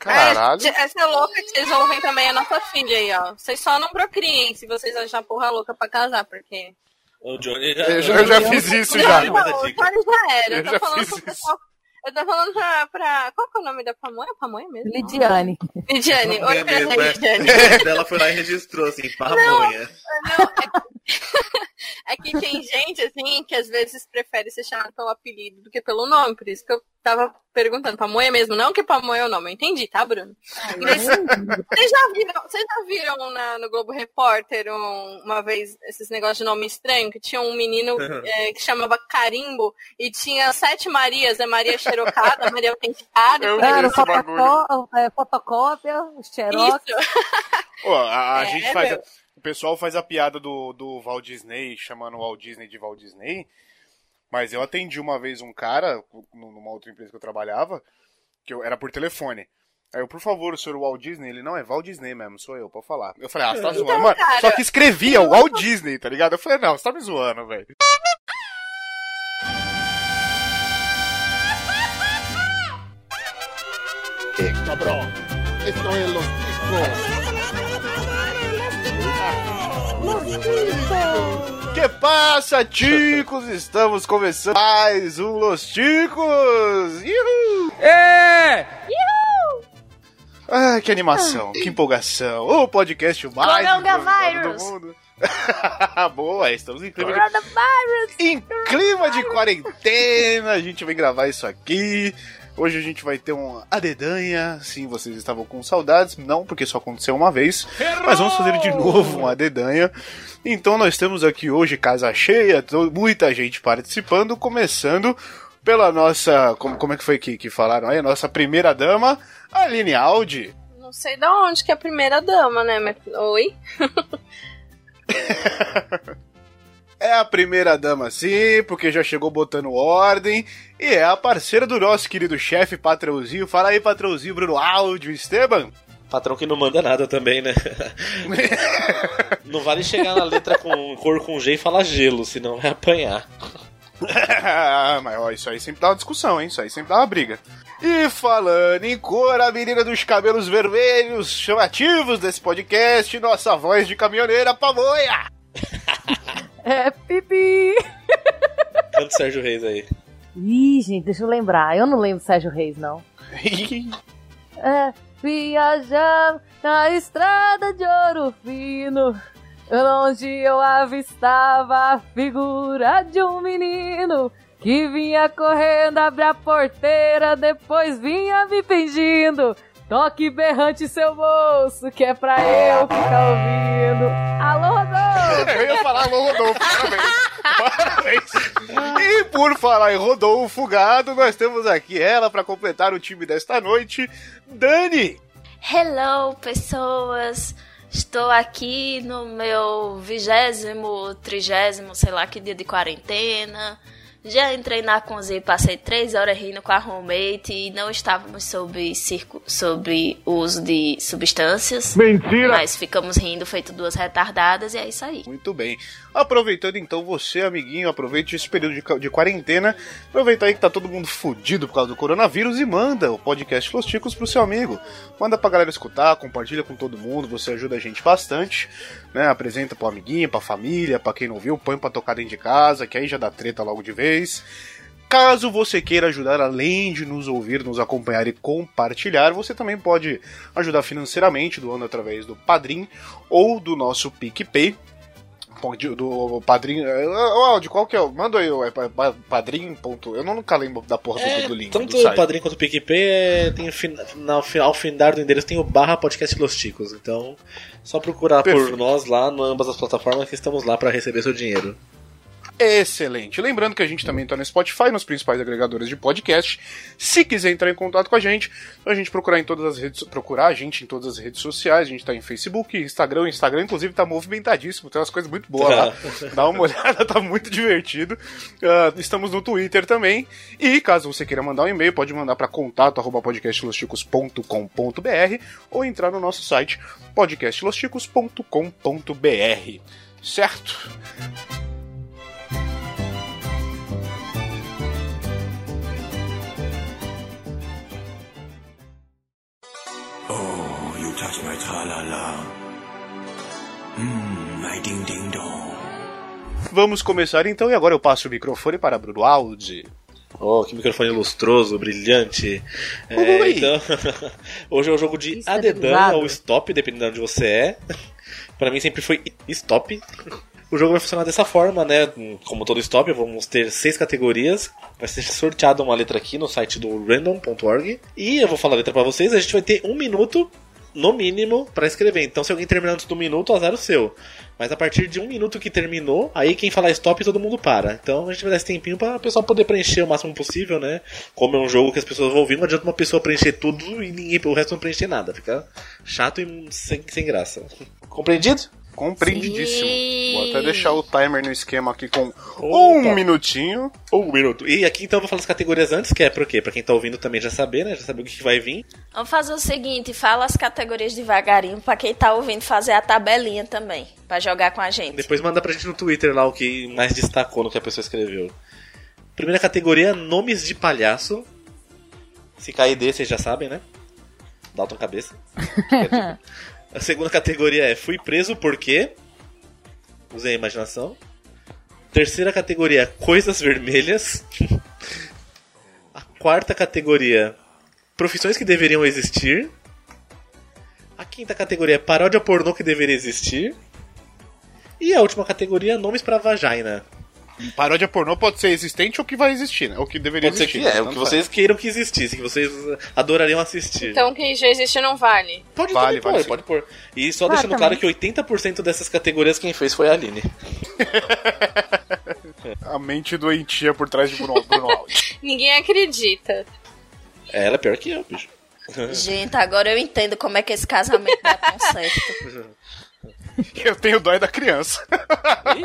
Caralho. É, essa é louca que vocês vão ver também é a nossa filha aí, ó. Vocês só não procriem se vocês acham porra louca pra casar, porque. Ô, Johnny, Eu já, eu já fiz isso já. Não, não, o Tony já era. Eu Eu tô já falando fiz pro isso. pessoal. Eu tô falando pra, pra- Qual que é o nome da pamonha? Pamonha mesmo? Lidiane. Lidiane. Não, Oi, é mesmo, prazer, Lidiane. é. Ela foi lá e registrou, assim, pamonha. Não, é, que- é que tem gente, assim, que às vezes prefere ser chamada pelo apelido do que pelo nome. Por isso que eu tava perguntando. Pamonha mesmo? Não que pamonha é o nome. Eu entendi, tá, Bruno? Mas vocês já viram, vocês já viram na- no Globo Repórter um- uma vez esses negócios de nome estranho? Que tinha um menino Uhum. é, que chamava Carimbo e tinha sete Marias. É Maria Xerocada, Maria Autenticada. Eu e por aí vi Cara, esse bagulho. fotocó- é, fotocópia, o xerox. Isso. Pô, a, a É, gente é faz. meu. O pessoal faz a piada do, do Walt Disney, chamando o Walt Disney de Walt Disney. Mas eu atendi uma vez um cara, n- numa outra empresa que eu trabalhava, que eu, era por telefone. Aí eu, por favor, o senhor Walt Disney? Ele, não, é Walt Disney mesmo, sou eu, pode falar. Eu falei, ah, Então você tá zoando. Mano, cara, só que escrevia o Walt Disney, tá ligado? Eu falei, não, você tá me zoando, velho. Que passa, ticos? Estamos começando mais um Los Ticos! Uhul! É! Ah, que animação, que empolgação! O podcast mais improvisado do Coronavírus. mundo! Boa, estamos em clima, de, em clima de quarentena. A gente vem gravar isso aqui. Hoje a gente vai ter uma adedanha. Sim, vocês estavam com saudades, não porque só aconteceu uma vez, mas vamos fazer de novo uma dedanha. Então nós temos aqui hoje casa cheia, to- muita gente participando, começando pela nossa, como, como é que foi que, que falaram aí? A nossa primeira dama, Aline Aldi. Não sei de onde que é a primeira dama, né? mas- Oi? É a primeira dama sim, porque já chegou botando ordem e é a parceira do nosso querido chefe Patrãozinho. Fala aí Patrãozinho, Bruno Áudio, Esteban. Patrão que não manda nada também, né? Não vale chegar na letra com cor com G e falar gelo, senão vai apanhar. Ah, Mas ó, isso aí sempre dá uma discussão, hein? Isso aí sempre dá uma briga. E falando em cor, a menina dos cabelos vermelhos, chamativos desse podcast, nossa voz de caminhoneira pamonha! É, pipi. Canta o Sérgio Reis aí. Ih, gente, deixa eu lembrar. Eu não lembro Sérgio Reis, não. É, viajar na estrada de ouro fino. Longe eu avistava a figura de um menino que vinha correndo, abre a porteira, depois vinha me pedindo. Toque berrante seu bolso, que é pra eu ficar ouvindo. Alô, Rodolfo! Eu ia falar alô, Rodolfo, parabéns. Parabéns. E por falar em Rodolfo Gado, nós temos aqui ela pra completar o time desta noite, Dani. Hello, pessoas! Estou aqui no meu vigésimo, trigésimo, sei lá que dia de quarentena. Já entrei na Conze e passei três horas rindo com a roommate e não estávamos sobre, circo, sobre o uso de substâncias. Mentira! Mas ficamos rindo, feito duas retardadas, e é isso aí. Muito bem. Aproveitando então você, amiguinho, aproveite esse período de, ca- de quarentena. Aproveita aí que tá todo mundo fudido por causa do coronavírus e manda o podcast Los Ticos pro seu amigo. Manda pra galera escutar, compartilha com todo mundo, você ajuda a gente bastante, né? Apresenta pro amiguinho, pra família, pra quem não viu, põe pra tocar dentro de casa, que aí já dá treta logo de vez. Caso você queira ajudar, além de nos ouvir, nos acompanhar e compartilhar, você também pode ajudar financeiramente, doando através do Padrim ou do nosso PicPay, Bom, de- do padrinho. eh, Ô, Aldi, qual que é? o- Manda aí, é padrinho. Ponto, eu nunca lembro da porra do- É, do link. tanto do o site. Padrim quanto o PicPay é, tem o fina- na- ao findar do endereço tem o barra podcast Los Ticos. Então, só procurar Perfeito. por nós lá em ambas as plataformas que estamos lá pra receber seu dinheiro. Excelente. Lembrando que a gente também tá no Spotify, nos principais agregadores de podcast. Se quiser entrar em contato com a gente, a gente procurar em todas as redes, procurar a gente em todas as redes sociais. A gente tá em Facebook, Instagram, O Instagram inclusive tá movimentadíssimo, tem umas coisas muito boas lá. Dá uma olhada, tá muito divertido. Ah, estamos no Twitter também. E caso você queira mandar um e-mail, pode mandar para contato@podcastlosticos.com.br ou entrar no nosso site podcastlosticos.com.br. Certo? you touch my tra-la-la. Mmm, my ding-ding-dong. Vamos começar então, e agora eu passo o microfone para Bruno Aldi. Oh, que microfone lustroso, brilhante. É, Ui. então, hoje é o jogo de Isso é adedão pesado. ou stop, dependendo de onde você é. Pra mim sempre foi stop. O jogo vai funcionar dessa forma, né? Como todo stop, vamos ter seis categorias. Vai ser sorteada uma letra aqui no site do random.org. E eu vou falar a letra pra vocês. A gente vai ter um minuto, no mínimo, pra escrever. Então, se alguém terminar antes do minuto, azar é o seu. Mas a partir de um minuto que terminou, aí quem falar stop, todo mundo para. Então a gente vai dar esse tempinho pra o pessoal poder preencher o máximo possível, né? Como é um jogo que as pessoas vão ouvir, não adianta uma pessoa preencher tudo e ninguém, o resto não preencher nada. Fica chato e sem, sem graça. Compreendido? Compreendidíssimo. Sim. Vou até deixar o timer no esquema aqui com Opa. um minutinho. Um minuto. E aqui então eu vou falar as categorias antes, que é pra quê? Pra quem tá ouvindo também já saber, né? Já saber o que, que vai vir. Vamos fazer o seguinte, fala as categorias devagarinho pra quem tá ouvindo fazer a tabelinha também, pra jogar com a gente. Depois manda pra gente no Twitter lá o que mais destacou no que a pessoa escreveu. Primeira categoria, nomes de palhaço. Se cair D, vocês já sabem, né? Dalton cabeça. a segunda categoria é fui preso porque. Usei a imaginação. Terceira categoria, coisas vermelhas. a quarta categoria, profissões que deveriam existir. A quinta categoria é paródia pornô que deveria existir. E a última categoria, nomes pra vagina. Paródia pornô pode ser existente ou que vai existir, né? Ou que deveria Pode ser existir. que é, o tanto que faz. vocês queiram que existisse, que vocês adorariam assistir. Então que já existe não vale. pode Vale, também vale pôr, pode pôr. E só Ah, deixando claro também. que 80% dessas categorias quem fez foi a Aline. A mente doentia por trás de Bruno, Bruno Aldi. Ninguém acredita. É, Ela é pior que eu, bicho. Gente, agora eu entendo como é que esse casamento dá tão certo. Eu tenho dó é da criança.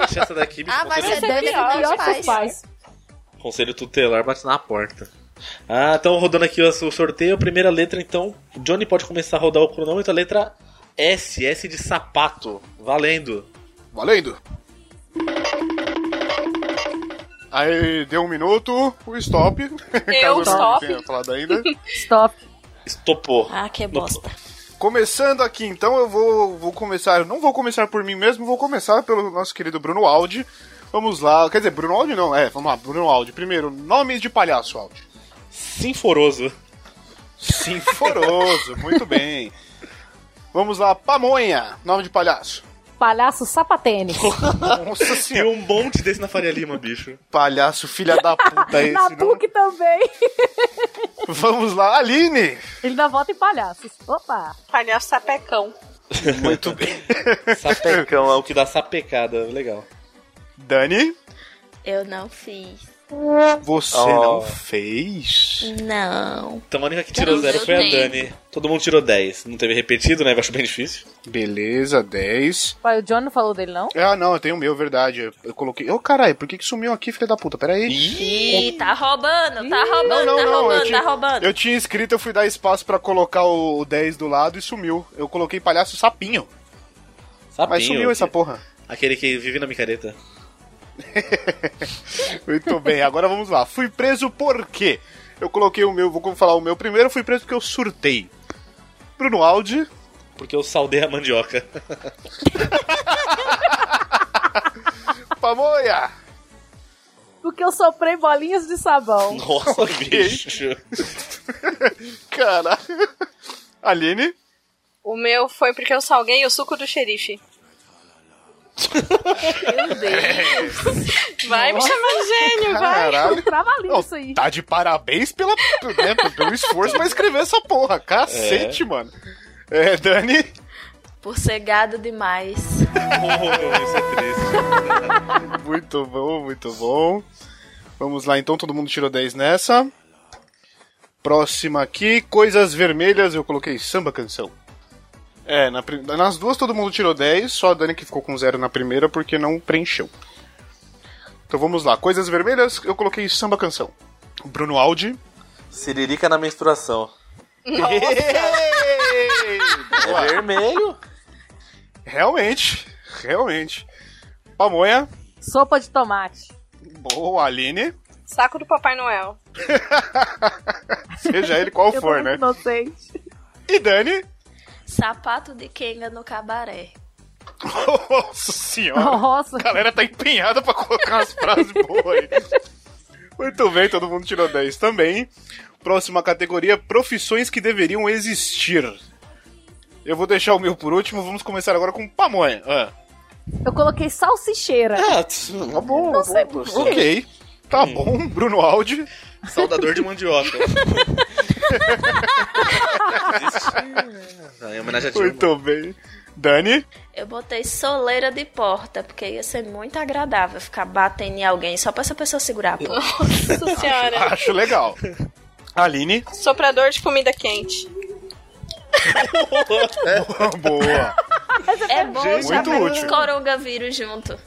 Ixi, essa daqui, bicho, Ah, mas conselho, é deve pior. ter Pior meus que os pais. pais. conselho tutelar bate na porta. Ah, então rodando aqui o o sorteio, a primeira letra, então, Johnny pode começar a rodar o cronômetro, a letra S, S de sapato. Valendo. Valendo! Aí deu um minuto, o stop. Caso não stop. tenha falado ainda. Stop. Estopou. Ah, que bosta. Começando aqui, então eu vou, vou começar. eu Não vou começar por mim mesmo, vou começar pelo nosso querido Bruno Aldi. Vamos lá, quer dizer, Bruno Aldi não, é, vamos lá, Bruno Aldi. Primeiro, nomes de palhaço, Aldi. Sinforoso. Sinforoso, muito bem. Vamos lá, Pamonha, nome de palhaço. Palhaço sapatênis. Nossa Tem senhora, um monte desse na Faria Lima, bicho. palhaço, filha da puta esse. Na Não... PUC também. Vamos lá, Aline. Ele dá volta em palhaços. Opa. Palhaço sapecão. Muito bem. Sapecão, é o que dá sapecada, legal. Dani, Eu não fiz. você Oh. não fez? Não. Então a única que tirou Não, zero eu foi a dei. Dani. Todo mundo tirou 10. Não teve repetido, né? Eu acho bem difícil. Beleza, 10. Pai, o John não falou dele, não? Ah, não, eu tenho o meu, verdade. Eu- Eu coloquei. Ô, caralho, por que, que sumiu aqui, filha da puta? Pera aí. Ih, tá roubando, tá roubando, tá eu roubando, tinha, tá roubando. eu tinha escrito, eu fui dar espaço pra colocar o, o 10 do lado e sumiu. Eu coloquei palhaço sapinho, Sapinho. mas sumiu essa porra. Aquele que vive na micareta. Muito bem, agora vamos lá. Fui preso por quê? Eu coloquei o meu, vou falar o meu primeiro, fui preso porque eu surtei. Bruno Aldi, Porque eu saudei a mandioca. Pamonha, Porque eu soprei bolinhas de sabão. Nossa, bicho. cara, Aline, O meu foi porque eu salguei o suco do xerife. Meu Deus. Vai me chamar de gênio, vai. caralho. Trabalhinho Não, isso aí. tá de parabéns pela, né, pelo esforço pra escrever essa porra, cacete, mano. É, Dani, Por ser gado demais. Oh, isso é triste. muito bom, muito bom. Vamos lá, então, todo mundo tirou 10 nessa. Próxima aqui, coisas vermelhas, eu coloquei samba canção. É, na prim- nas duas todo mundo tirou 10, só a Dani que ficou com zero na primeira porque não preencheu. Então vamos lá, coisas vermelhas, eu coloquei samba canção. Bruno Aldi. Siririca na menstruação. Ei! Boa. É vermelho. Realmente, realmente. Pamonha. Sopa de tomate. Boa, Aline. Saco do Papai Noel. Seja ele qual eu for, tô muito né? inocente. E Dani. Sapato de Kenga no cabaré. Nossa senhora. Nossa, A galera tá empenhada pra colocar umas frases boas aí. Muito bem, todo mundo tirou 10 também. Próxima categoria: profissões que deveriam existir. Eu vou deixar o meu por último, vamos começar agora com pamonha. Ah. eu coloquei salsicheira. Ah, tss, tá bom, Hum. tá sei bom, professor. Ok, tá bom, Bruno Aldi. Saudador de mandioca. Não, em homenagem a Dilma. Muito bem. Dani, Eu botei soleira de porta, porque ia ser muito agradável ficar batendo em alguém só pra essa pessoa segurar a porta. Nossa senhora. acho legal. Aline, Soprador de comida quente. boa. É bom Gente, já muito ver os útil. coronavírus junto.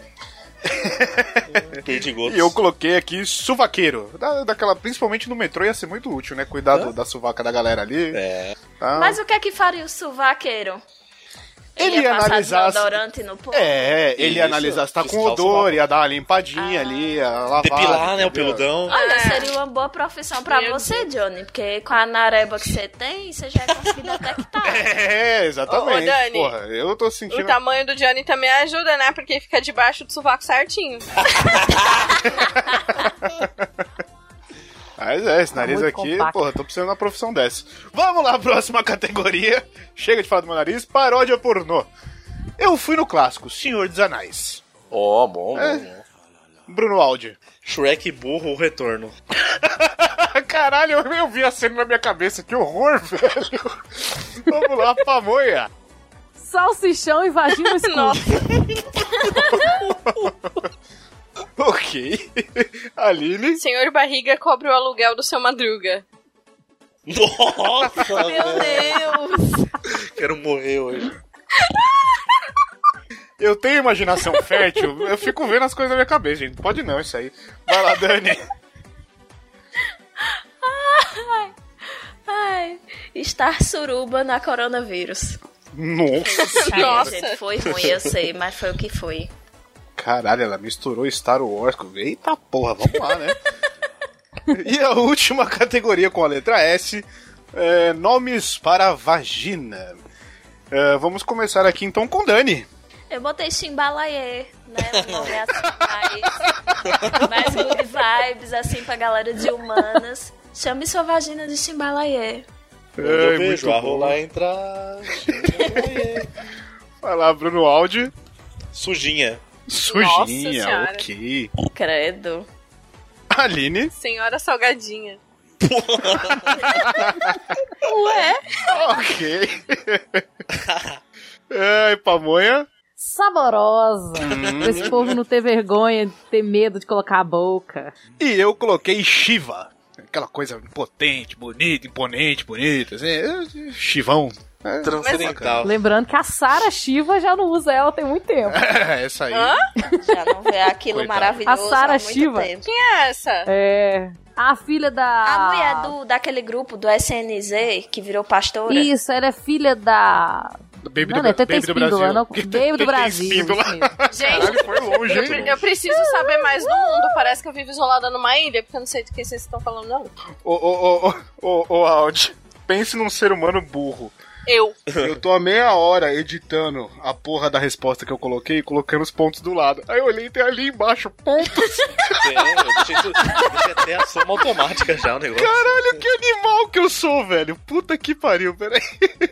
Perdigotos. E eu coloquei aqui suvaqueiro. Da, daquela, principalmente no metrô ia ser muito útil, né? Cuidado da suvaca da galera ali. É. tá? Mas o que é que faria o suvaqueiro? Ele ia ia passar analisasse- desodorante no pó? É, ele ia Isso, analisar se tá com fiscal odor, suvaco. ia dar uma limpadinha ali, ia lavar. Depilar, né, o entendeu? peludão. Olha, seria uma boa profissão pra Meu você, Johnny, porque com a nareba que você tem, você já é ia conseguir detectar. É, exatamente. Ô, ô, Dani. Então. Porra, eu tô O sentindo. tamanho do Johnny também ajuda, né? Porque fica debaixo do sovaco certinho. Mas é, esse nariz Tá muito aqui, compacto. porra, tô precisando de uma profissão dessa. Vamos lá, próxima categoria. Chega de falar do meu nariz, paródia pornô. Eu fui no clássico, Senhor dos Anéis. Ó, bom, bom, É. bom. Bruno Aldi. Shrek burro o retorno. Caralho, eu, eu vi a cena na minha cabeça, que horror, velho. Vamos lá, pamonha. Salsichão e vagina escura. Nossa, Ok. Aline. senhor barriga cobra o aluguel do seu madruga. Nossa, velho. É. Deus! Quero morrer hoje. Eu tenho imaginação fértil, eu fico vendo as coisas na minha cabeça, gente. Pode não, isso aí. Vai lá, Dani. Ai, estar suruba na coronavírus. Nossa. Nossa. Gente, foi ruim, eu sei, mas foi o que foi. Caralho, ela misturou Star Wars com. Eita porra, vamos lá, né? e a última categoria com a letra S: é, Nomes para vagina. É, vamos começar aqui então com Dani. Eu botei Chimbalaê, né? Um nome assim, mais, mais good vibes, assim, pra galera de humanas. Chame sua vagina de Chimbalaê. Onde eu Ei, É, muito vejo a bom. rola entrar. Vai lá, Bruno Aldi. Sujinha. Sujinha, senhora. ok. Credo. Aline. Senhora salgadinha. Ok. Ai, pamonha. Saborosa. Hum. Esse povo não ter vergonha, de ter medo de colocar a boca. E eu coloquei Shiva. Aquela coisa potente, bonita, imponente, bonita. Assim, é, chivão. É, Transcendental. Lembrando que a Sara Shiva já não usa ela tem muito tempo. é essa aí. Hã? Já não vê aquilo Coitada. maravilhoso A Sara há muito Shiva. tempo. Quem é essa? É. A filha da. A mulher do, daquele grupo do SNZ, que virou pastora. Isso, ela é filha da. Baby não, do, não é Bra- Teta Baby do Espíndola, Brasil. né? não. Baby do Brasil. isso Espíndola. mesmo. Gente, Caralho, foi longe, eu, hein? eu preciso saber mais do mundo. Parece que eu vivo isolada numa ilha, porque eu não sei do que vocês estão falando, não. Ô, ô, ô, ô, ô, ô, Aldi. Pense num ser humano burro. Eu. Eu tô há meia hora editando a porra da resposta que eu coloquei e colocando os pontos do lado. Aí eu olhei e tem ali embaixo pontos. Tem, eu deixei, isso- deixei até a soma automática já o negócio. Caralho, que animal que eu sou, velho. Puta que pariu, peraí.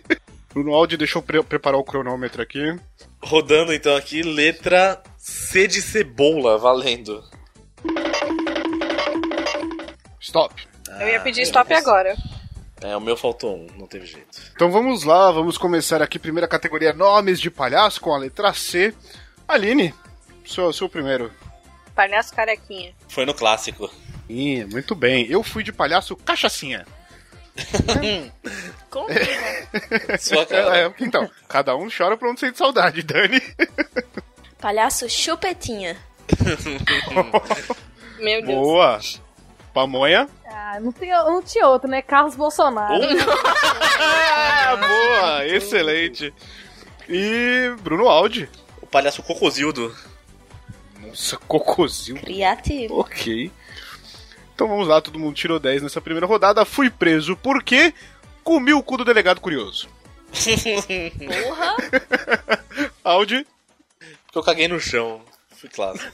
Bruno Aldi, deixa eu pre- preparar o cronômetro aqui. Rodando então aqui, letra C de cebola, valendo. Stop. Eu ia Ah, pedir stop agora. É, o meu faltou um, não teve jeito. Então vamos lá, vamos começar aqui. Primeira categoria, nomes de palhaço com a letra C. Aline, seu, seu primeiro. Palhaço carequinha. Foi no clássico. Ih, muito bem. Eu fui de palhaço cachaçinha. Sua cara. É, é, então, cada um chora pra onde sente saudade, Dani. Palhaço Chupetinha. Meu Deus. Boa. Pamonha. Ah, não, tem, não tinha outro, né? Carlos Bolsonaro. um, Ah, boa, excelente. E Bruno Aldi. O palhaço cocozildo. Nossa, cocôzinho. Criativo. Ok. Então vamos lá, todo mundo tirou 10 nessa primeira rodada. Fui preso porque comi o cu do delegado curioso. Porra! Audi. Porque eu caguei no chão. Fui clássico.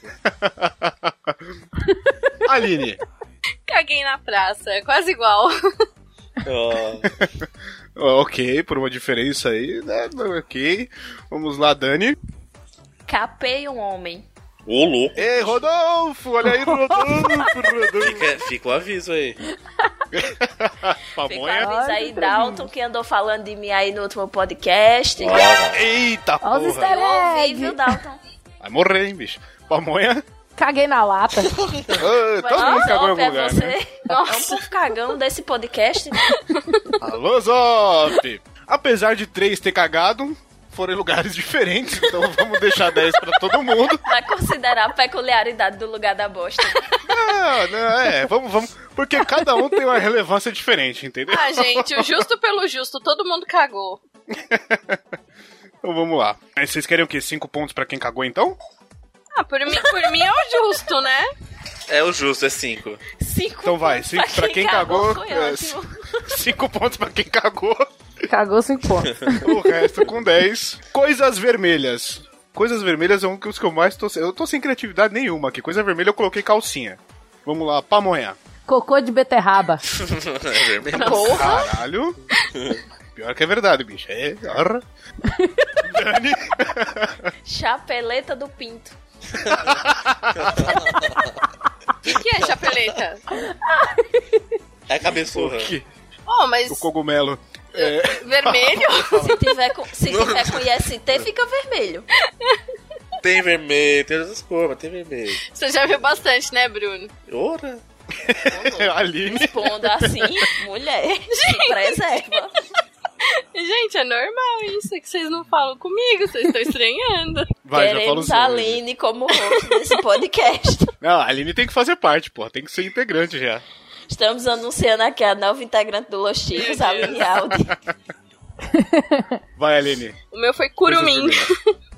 Aline. Caguei na praça, é quase igual. Ó, ok, por uma diferença aí, né? Ok. Vamos lá, Dani. Capei um homem. Ô, louco. Ei, Rodolfo! Olha aí, Rodolfo! Rodolfo. Fica, fica o aviso aí. Fica Pamonha. um aviso aí, Olha, Dalton, que andou falando de mim aí no último podcast. Ó, Eita Olha os porra! Eu ouvi, easter viu, eggs. Dalton? Vai morrer, hein, bicho. Pamonha. Caguei na lata. Ah, todo mundo Nossa, cagou em algum é lugar, você. né? É um povo cagão desse podcast. Alô, Zop! Apesar de três ter cagado, foram em lugares diferentes, então vamos deixar 10 pra todo mundo. Vai considerar a peculiaridade do lugar da bosta. Não, não, é, vamos, vamos. Porque cada um tem uma relevância diferente, entendeu? Ah, gente, o justo pelo justo, todo mundo cagou. Então vamos lá. Aí Vocês querem o quê? Cinco pontos pra quem cagou, então? Ah, por mim, por mim é o justo, né? É o justo, é 5. Cinco Então vai, pontos cinco pra quem cagou. foi é, ótimo. cinco pontos pra quem cagou. Cagou cinco pontos. O resto com 10. Coisas vermelhas. Coisas vermelhas é um que os que eu mais tô. Eu tô sem criatividade nenhuma aqui. Coisa vermelha eu coloquei calcinha. Vamos lá, pamonha. Cocô de beterraba. É vermelho. Tá Caralho. Pior que é verdade, bicho. É. arra. Dani. Chapeleta do pinto. O que, que é chapeleta? É a cabeçorra. que- Oh, mas O cogumelo. vermelho? Se tiver com, se tiver com IST, fica vermelho. Tem vermelho, tem outras cores, mas tem vermelho. Você já viu bastante, né, Bruno? Ora. Aline. Respondo assim, mulher, se preserva. Gente, é normal isso, é que vocês não falam comigo, vocês estão estranhando. Vai, já falo Queremos seu. a Aline como host desse podcast. Não, a Aline tem que fazer parte, porra. Tem que ser integrante já. Estamos anunciando aqui a nova integrante do Los Chicos, a Aline Aldi. Vai, Aline. O meu foi curumim.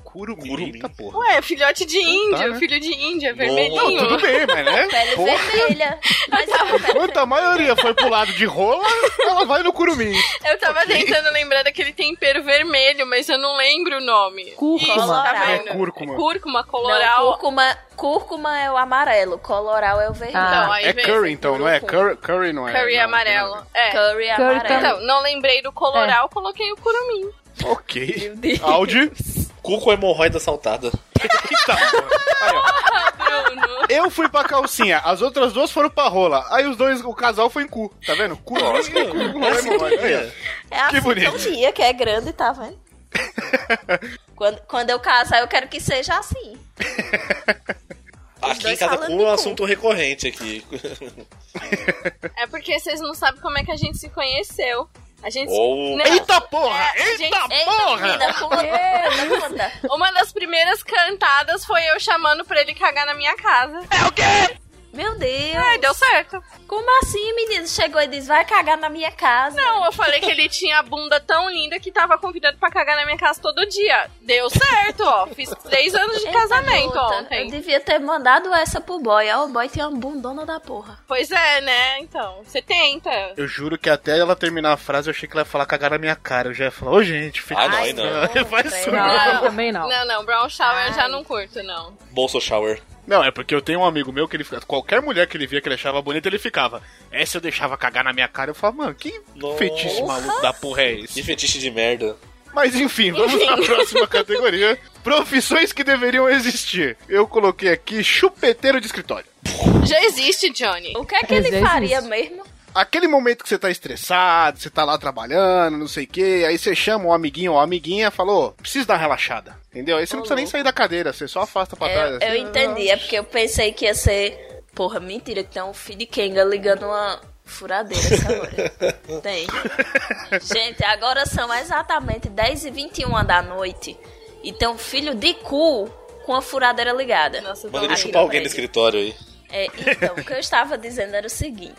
Curumim. Curumim. Eita, porra. Ué, filhote de índio, né? filho de índio, é Não, vermelhinho. tudo bem, mas né? Pele Porra. é vermelha. Mas Enquanto a maioria foi pro lado de rola, ela vai no curumim. Eu tava tentando lembrar daquele tempero vermelho, mas eu não lembro o nome. Cúrcuma. Olá. Tá É vendo? cúrcuma. É cúrcuma, Não, coloral. cúrcuma, cúrcuma é o amarelo, coloral é o vermelho. Então, aí É vem curry, esse então, não é? grupo. Curry, curry não é. Curry não, amarelo. É. Curry é Curry amarelo. Então, não lembrei do É. coloral, coloquei o curumim. não. Ok. Audi. Cu com hemorroida saltada. Eita, porra. Aí, ó. Ah, Bruno. Eu fui pra calcinha, as outras duas foram pra rola. Aí os dois, o casal foi em cu, tá vendo? Cu, cu, cu, rola, hemorroida. Aí, ó. É a Que bonito. sintonia que é grande, tá vendo? quando, quando eu casar, eu quero que seja assim. Aqui em dois casa falando cu do é um cu. assunto recorrente aqui. É porque vocês não sabem como é que a gente se conheceu. A gente se Ou... Né? Eita porra! É, Eita gente, Eita, porra! menina, conta, conta, conta. Uma das primeiras cantadas foi eu chamando pra ele cagar na minha casa. É o quê? Meu Deus. É, deu certo. Como assim, menino? Chegou e disse, vai cagar na minha casa. Não, Então, eu falei que ele tinha a bunda tão linda que tava convidando pra cagar na minha casa todo dia. Deu certo, ó. Fiz três anos de Eita, casamento garota, tá Eu ontem. devia ter mandado essa pro boy. Ó, o boy tem uma bundona da porra. Pois é, né? Então, você tenta. Eu juro que até ela terminar a frase eu achei que ela ia falar cagar na minha cara. Eu já ia falar, ô gente, fica. Ah, não, aí não. Vai credo. sugar. Não, também não. Não, não, brown shower eu já Ai. não curto, não. Bolso shower. Não, é porque eu tenho um amigo meu que ele fica- qualquer mulher que ele via que ele achava bonita, ele ficava. Essa eu deixava cagar na minha cara. Eu falava, mano, que Nossa. feitiço maluco da porra é Que esse? fetiche de merda. Mas enfim, vamos pra próxima categoria. Profissões que deveriam existir. Eu coloquei aqui chupeteiro de escritório. Já existe, Johnny. O que é que Mas ele é isso. faria mesmo? Aquele momento que você tá estressado, você tá lá trabalhando, não sei o quê, aí você chama um amiguinho ou amiguinha e falou, preciso dar uma relaxada. Entendeu? Aí você não precisa nem sair da cadeira, você só afasta pra trás. Eu, assim. né? Uhum. É, eu entendi, é porque eu pensei que ia ser. Porra, mentira, que tem um filho de Kenga ligando uma furadeira essa hora. tem. Gente, agora são exatamente 10h21 da noite e tem um filho de cu com a furadeira ligada. Nossa, Manda Dom, ele aqui chupar no alguém no prédio. escritório aí. É, então, o que eu estava dizendo era o seguinte.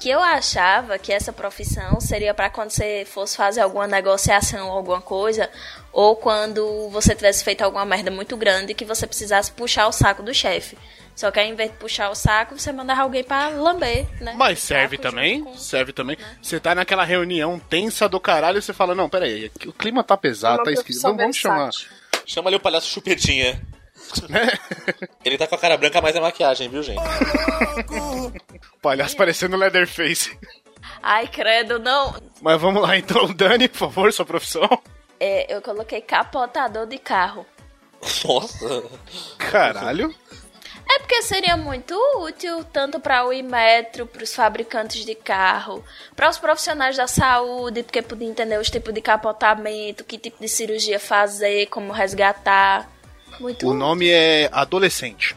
Que eu achava que essa profissão seria para quando você fosse fazer alguma negociação, alguma coisa, ou quando você tivesse feito alguma merda muito grande que você precisasse puxar o saco do chefe. Só que aí, em vez de puxar o saco, você mandava alguém pra lamber, né? Mas O serve saco junto também, com- serve também. Você tá naquela reunião tensa do caralho e você fala, não, peraí, aqui o clima tá pesado, tá esquisito, vamos, vamos chamar. Chama ali o palhaço chupetinha. Né? Ele tá com a cara branca, mas é maquiagem, viu, gente? Palhaço parecendo Leatherface. Ai, credo, não. Mas vamos lá então, Dani, por favor, sua profissão. É, eu coloquei capotador de carro. Nossa. Caralho. É porque seria muito útil tanto para o Imetro, para os fabricantes de carro, para os profissionais da saúde, porque podia entender os tipos de capotamento, que tipo de cirurgia fazer, como resgatar. Muito O nome é Adolescente.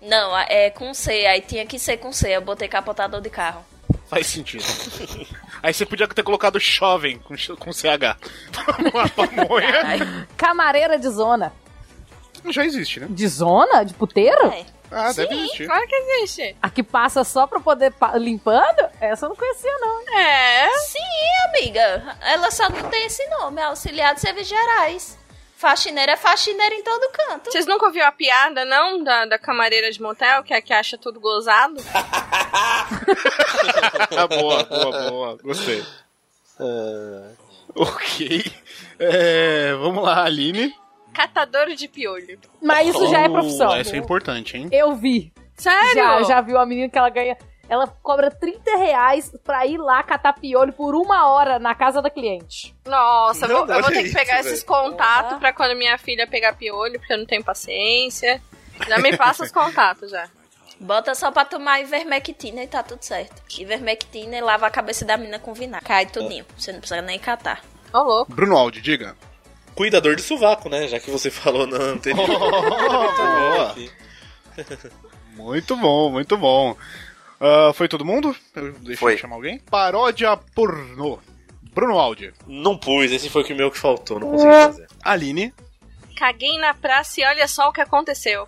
Não, é com C, aí tinha que ser com C, eu botei capotador de carro. Faz sentido. Aí você podia ter colocado jovem com, ch- com CH. Vamos lá, pamonha. Camareira de zona. Já existe, né? De zona? De puteiro? É. Ah, deve existir. Claro que existe. A que passa só pra poder pa- limpando? Essa eu não conhecia, não. É. Sim, amiga, ela só não tem esse nome, é auxiliar de serviços gerais. Faxineira é faxineira em todo canto. Vocês nunca ouviram a piada, não? Da, da camareira de motel, que é a que acha tudo gozado? Ah, boa, boa, boa. Gostei. É. Ok. É, vamos lá, Aline. Catador de piolho. Mas isso já é profissão. Oh, Essa é importante, hein? Eu vi. Sério? Já, já viu a menina que ela ganha. Ela cobra 30 reais pra ir lá catar piolho por uma hora na casa da cliente. Nossa, Não, eu vou, eu vou olha ter que isso, pegar velho. esses contatos Porra. pra quando minha filha pegar piolho, porque eu não tenho paciência. Já me passa os contatos já. Bota só pra tomar ivermectina e tá tudo certo. Ivermectina e lava a cabeça da mina com vinagre. Cai tudinho. Você não precisa nem catar. Ô, louco. Bruno Aldi, diga. Cuidador de sovaco, né? Já que você falou na anterior. boa. Muito bom, muito bom. Ah, foi todo mundo? Eu- Deixa Foi. eu chamar alguém. Paródia pornô. Bruno Aldi. Não pus, esse foi o que meu que faltou, não consegui fazer. Aline. Caguei na praça e olha só o que aconteceu.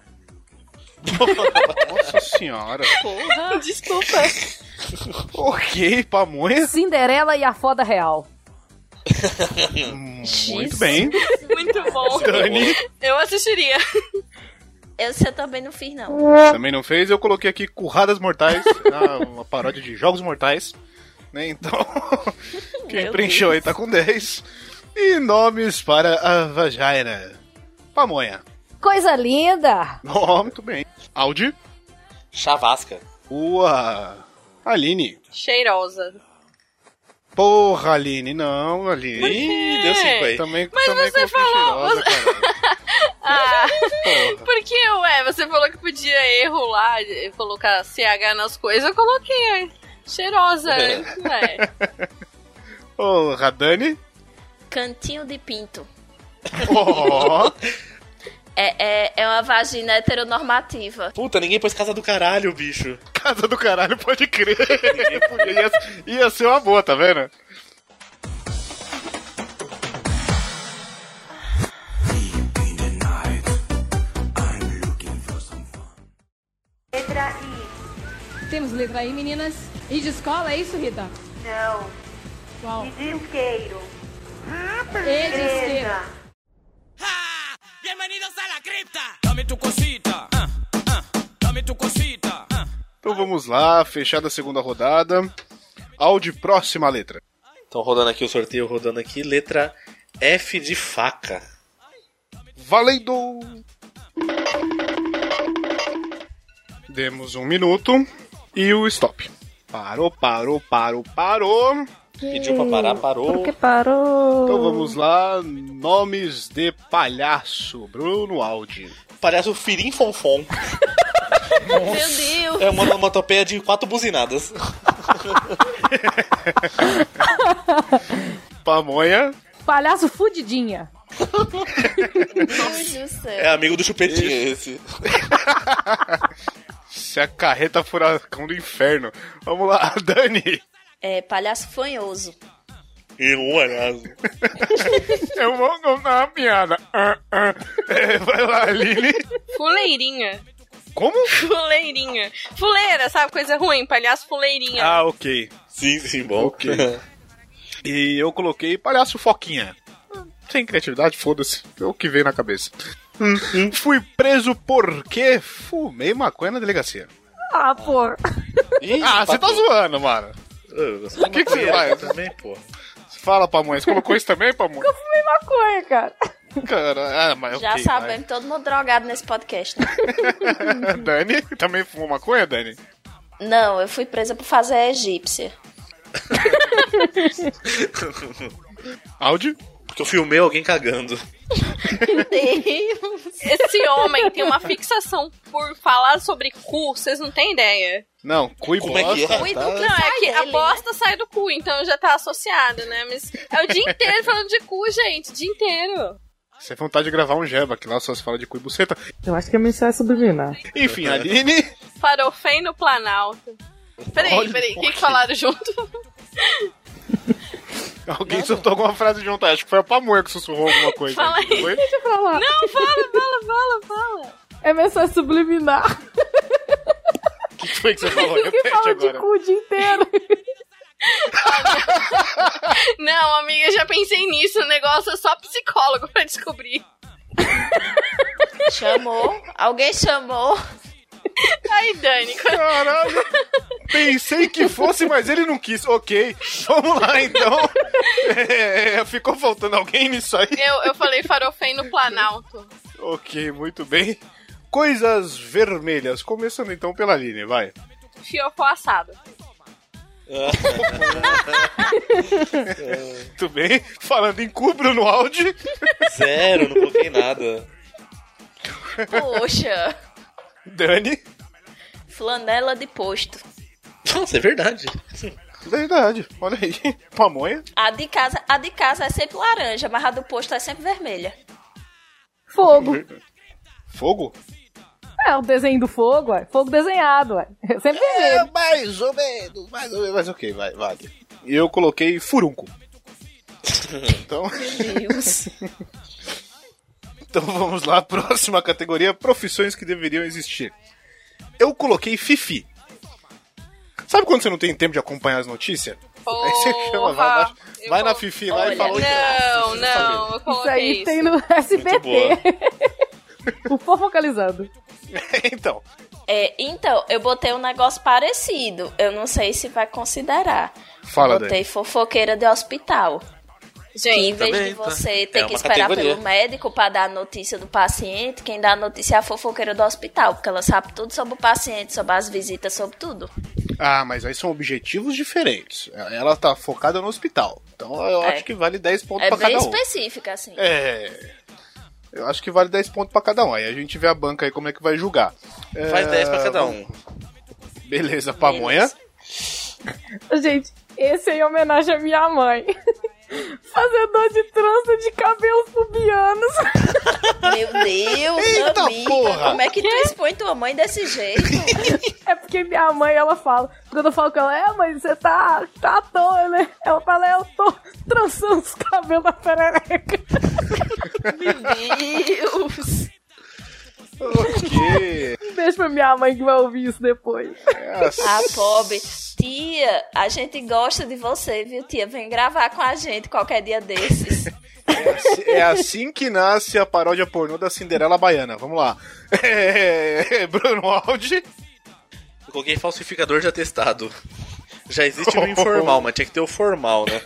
Nossa senhora. Desculpa. Ok, pamonha. Cinderela e a foda real. Muito Jesus. bem. Muito bom. Dani. Eu assistiria. Eu, eu também não fiz, não. Também não fez. Eu coloquei aqui Curradas Mortais, ah, uma paródia de Jogos Mortais. Né? Então, quem Meu preencheu aí tá com 10. E nomes para a vagina. Pamonha. Coisa linda! Ó, muito bem. Audi. Chavasca. Ua. Aline. Cheirosa. Porra, Aline. Não, Aline. Ih, deu cinco aí. Também, Mas também coloquei você falou- cheirosa, cara. Ah, Porra. por que, ué? Você falou que podia erro lá, de colocar CH nas coisas, eu coloquei. Cheirosa, É. ué. Porra, Dani. Cantinho de pinto. Ó. É, é, é uma vagina heteronormativa. Puta, ninguém pôs casa do caralho, bicho. Casa do caralho, pode crer. ia, ia ser uma boa, tá vendo? Deep in the night, I'm looking for some fun. Temos letra aí, meninas. E de escola, é isso, Rita? Não, Qual? E de isqueiro. de esquerda. Então vamos lá, fechada a segunda rodada. Audi, próxima letra. Então rodando aqui o sorteio, rodando aqui, letra F de faca. Valendo! Demos um minuto e o stop. Parou, parou, parou, parou. Pediu pra parar, parou. parou? Então vamos lá, nomes de palhaço. Bruno Audi. Palhaço Firim Fonfon. Meu Deus! É uma onomatopeia de quatro buzinadas. Pamonha. Palhaço fudidinha. Deus do céu. É amigo do chupetinha esse. Se a carreta furacão do inferno. Vamos lá, Dani. É palhaço fanhoso. E um palhaço. Eu vou contar uma piada. Ah, ah. É, vai lá, Aline. Fuleirinha. Como? Fuleirinha. Fuleira, sabe? Coisa ruim, palhaço fuleirinha. Ah, ok. Sim, sim, bom. Ok. E eu coloquei palhaço foquinha. Sem criatividade, foda-se. É o que veio na cabeça. Fui preso porque fumei maconha na delegacia. Ah, pô. Ih, Ah, você tá empatou. zoando, mano. Eu, eu sou que que você maconheiro faz? Também, pô. Fala, Pamonha. Você colocou isso também, Pamonha? Maconha, cara. Cara, ah, mas Já ok, sabemos, todo mundo drogado nesse podcast, né? mas- Dani, também fumou maconha, Dani? Não, eu fui presa por fazer a egípcia. Áudio? Porque eu filmei alguém cagando. Esse homem tem uma fixação por falar sobre cu, vocês não têm ideia. Não, cui Como é que é? bosta. Cuido Tá- do Não, é Sai que a dele, bosta sai do cu, então já tá associada, né? Mas é o dia inteiro falando de cu, gente. O dia inteiro. Você tem vontade de gravar um jeba, que lá só se fala de cui e buceta. Eu acho que a mensagem é subliminar. Enfim, Aline. Farofém no Planalto. Peraí, Olha, peraí. O por que, quê? que falaram junto? Alguém soltou alguma frase junto. Acho que foi a Pamonha que sussurrou alguma coisa. Fala aí. Foi? Deixa eu falar. Não, fala, fala, fala, fala. É mensagem subliminar. O que foi que você falou? Que Repete fala de agora. cu o dia inteiro. Não, amiga, eu já pensei nisso. O negócio é só psicólogo pra descobrir. Chamou? Alguém chamou? Aí, Dani, quando- Caralho. Pensei que fosse, mas ele não quis. Ok, vamos lá então. É, ficou faltando alguém nisso aí? eu, eu falei farofém no Planalto. Ok, muito bem. Coisas vermelhas. Começando então pela Aline, vai. Fiofó assado. Muito bem. Falando em cubro no áudio. Zero, não coloquei nada. Poxa, Dani. flanela de posto. Nossa, é verdade. Verdade, olha aí. Pamonha. A de casa, a de casa é sempre laranja, mas a do posto é sempre vermelha. Fogo. Fogo? É, o desenho do fogo, ué. Fogo desenhado, ué. Eu sempre vejo. mais ou menos, mais ou menos, mas ok, vai, vale. E eu coloquei furunco. Então, Deus. então vamos lá, próxima categoria: profissões que deveriam existir. Eu coloquei fifi. Sabe quando você não tem tempo de acompanhar as notícias? Aí você chama, vai, vai, Porra. Eu vai na colo- fifi lá e Olha, fala. "Oi, é Não, Deus, sabe?" não, eu Isso coloquei aí isso. tem no SBT. o fofocalizando. então, É, então, eu botei um negócio parecido. Eu não sei se vai considerar. fala, botei Dani. fofoqueira de hospital. Que em Gente, vez também, de tá. você É ter que uma esperar categoria. pelo médico pra dar a notícia do paciente, quem dá a notícia é a fofoqueira do hospital, porque ela sabe tudo sobre o paciente, sobre as visitas, sobre tudo. Ah, mas aí são objetivos diferentes. Ela tá focada no hospital. Então eu É. acho que vale 10 pontos é pra bem cada um. específica, assim. É. Eu acho que vale 10 pontos pra cada um. Aí a gente vê a banca aí como é que vai julgar. É, Faz 10 pra cada um. Beleza, pamonha. Gente, esse aí é homenagem à minha mãe. Fazedor de trança de cabelos pubianos. Meu Deus, Eita amiga, porra! como é que tu expõe tua mãe desse jeito? É porque minha mãe, ela fala. Quando eu falo com ela, é, mãe, você tá, tá à toa, né? Ela fala, é, eu tô trançando os cabelos da perereca. Deus. Ok. Um beijo pra minha mãe que vai ouvir isso depois. Ah, A Ah, pobre. Tia, a gente gosta de você, viu, tia? Vem gravar com a gente qualquer dia desses. É assim que nasce a paródia pornô da Cinderela Baiana. Vamos lá. É, Bruno Aldi. Eu coloquei falsificador de atestado. Já existe o informal, mas tinha que ter o formal, né?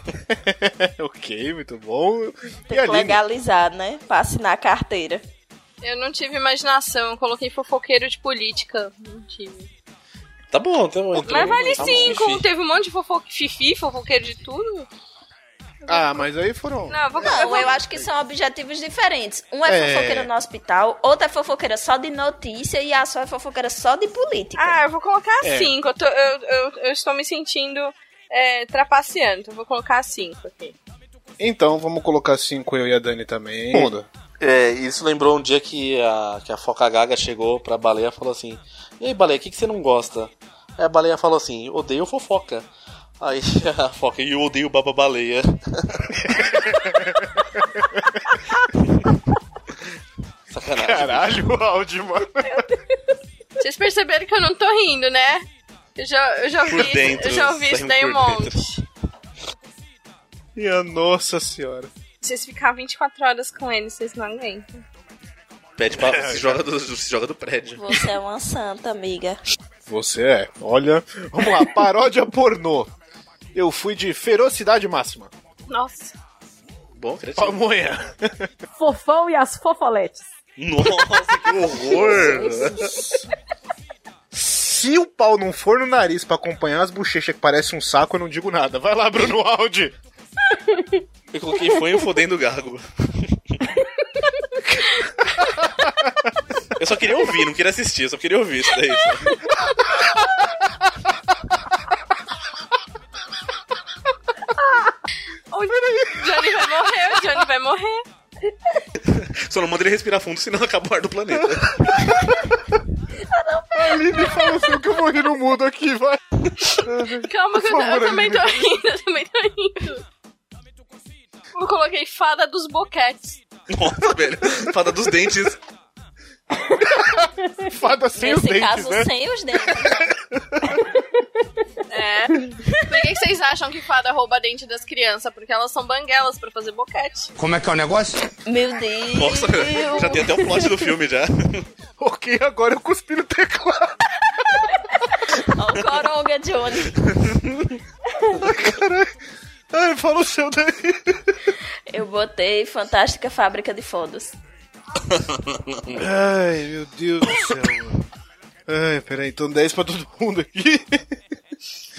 ok, muito bom. E Tem que Aline. legalizar, né? Pra assinar a carteira. eu não tive imaginação, eu coloquei fofoqueiro de política. Não tive. Tá bom, tá bom. Mas vale Tá bom, cinco, enfim. teve um monte de fofo... fifi, fofoqueiro de tudo. Ah, mas aí foram. Não, eu vou eu Não, vou- eu acho que são objetivos diferentes. Um é, É. fofoqueira no hospital, outra é fofoqueira só de notícia e a sua é fofoqueira só de política. Ah, eu vou colocar É. cinco. Eu, tô- eu- eu- eu estou me sentindo é, trapaceando, então eu vou colocar cinco aqui. Então vamos colocar 5 eu e a Dani também. Muda. É, isso lembrou um dia que a, que a Foca Gaga chegou pra baleia e falou assim: E aí, baleia, o que, que você não gosta? Aí a baleia falou assim: Odeio fofoca. Aí a Foca, e eu odeio baba baleia. Sacanagem. Caralho, Aldi, mano. Vocês perceberam que eu não tô rindo, né? Eu já, eu já Por ouvi, dentro, eu já ouvi isso saindo daí um por monte. Minha nossa senhora. Vocês ficar 24 horas com ele, vocês não aguentam. Pede pra, se, joga do, se joga do prédio. Você é uma santa, amiga. Você é. Olha. Vamos lá, paródia pornô. Eu fui de ferocidade máxima. Nossa. Bom, criativo. Pamonha. Fofão e as fofoletes. Nossa, que horror! Se o pau não for no nariz pra acompanhar as bochechas que parece um saco, eu não digo nada. Vai lá, Bruno Aldi. Eu coloquei foi o fodendo gago. Eu só queria ouvir, não queria assistir, eu só queria ouvir isso daí. só. O Johnny vai morrer, o Johnny vai morrer. Só não manda ele respirar fundo, senão acaba o ar do planeta. A Aline fala assim que eu morri no mundo aqui, vai. Calma, que eu, Por favor, eu também tô rindo, eu também tô rindo. Eu coloquei fada dos boquetes. Nossa, velho. Fada dos dentes. Fada sem os Nesse dentes, caso, né? sem os dedos. É. Por que que vocês acham que fada rouba dente das crianças? Porque elas são banguelas pra fazer boquete. Como é que é o negócio? Meu Deus. Nossa, já tem até o plot do filme já. Ok, agora eu cuspi no teclado. Olha o coronga, Johnny. Ai, fala o seu daí. Eu botei Fantástica Fábrica de Fodos. Ai, meu Deus do céu. mano. Ai, peraí, então 10 pra todo mundo aqui.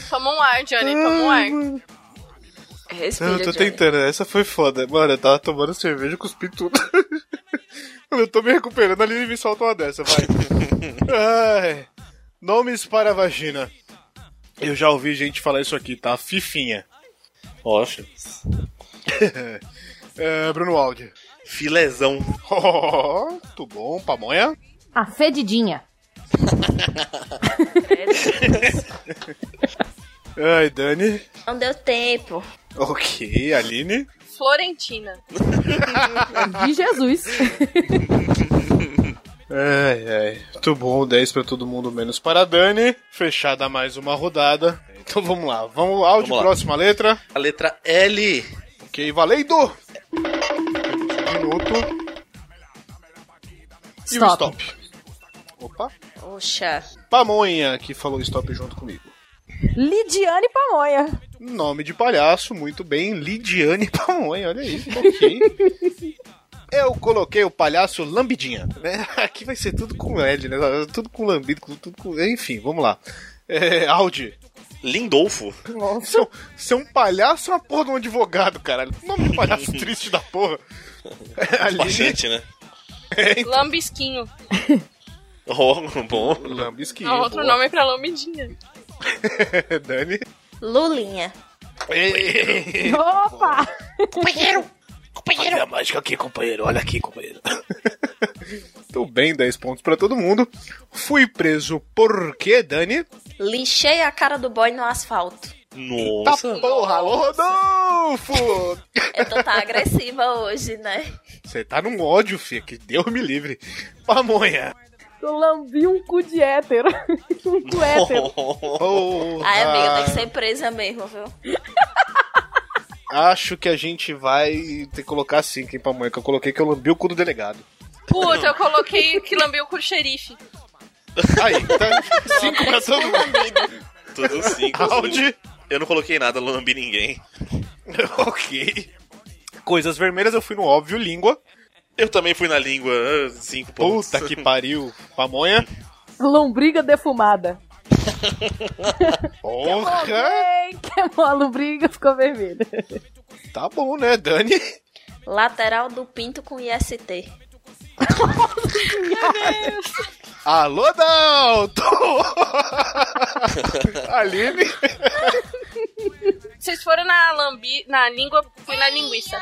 Toma um ar, Johnny, toma um ar. Respira, Não, eu tô Johnny. tentando, essa foi foda. Mano, eu tava tomando cerveja e cuspi tudo. Mano, eu tô me recuperando ali e me solta uma dessa, vai. Ai, nomes para a vagina. Eu já ouvi gente falar isso aqui, tá? Fifinha. Oxe. É, Bruno Aldi. Filezão. Oh, muito bom, pamonha. A fedidinha. Ai, Dani. Não deu tempo. Ok, Aline. Florentina. De Jesus. Ai, ai. Muito bom, 10 pra todo mundo, menos para a Dani. Fechada mais uma rodada. Então vamos lá, vamos lá, Aldi, Vamos lá. próxima letra. A letra L. Ok, valendo! Minuto e o Stop. stop. Opa. Poxa. Pamonha, que falou stop junto comigo. Lidiane Pamonha. Nome de palhaço, muito bem. Lidiane Pamonha, olha aí. Ok. Eu coloquei o palhaço lambidinha. né? Aqui vai ser tudo com L, né? Tudo com lambido, com- tudo com. Enfim, vamos lá. É, Audi. Lindolfo. Você é, um, você é um palhaço ou uma porra de um advogado, caralho? Nome de palhaço triste da porra. Aline. Bastante, né? Lambisquinho. Oh, bom. Lambisquinho. É outro boa. nome pra lambidinha. Dani. Lulinha. Opa! Olha a mágica aqui, companheiro. Olha aqui, companheiro. Tudo bem, 10 pontos pra todo mundo. Fui preso por quê, Dani? Lixei a cara do boy no asfalto. Nossa. Tá porra, alô, Rodolfo! Eu tô tá agressiva hoje, né? Você tá num ódio, fia, que Deus me livre. Pamonha! Eu lambi um cu de hétero. Um cu hétero. Porra. Ai, amiga, Ah, é tem que ser presa mesmo, viu? Acho que a gente vai ter que colocar assim, quem pamonha, que eu coloquei que eu lambi o cu do delegado. Puta, eu coloquei que lambiu com o xerife. Aí, tá 5 pra todo mundo. Tudo cinco. assim. Audi. Eu não coloquei nada, lambi ninguém. ok. Coisas vermelhas, eu fui no óbvio, língua. Eu também fui na língua, ah, cinco pontos. Puta que pariu. Pamonha. Lombriga defumada. Porra! Ei, queimou a lombriga, ficou vermelha. Tá bom, né, Dani? Lateral do pinto com IST. Alô, Dalton! Aline! Vocês foram na lambi... na língua, fui na linguiça.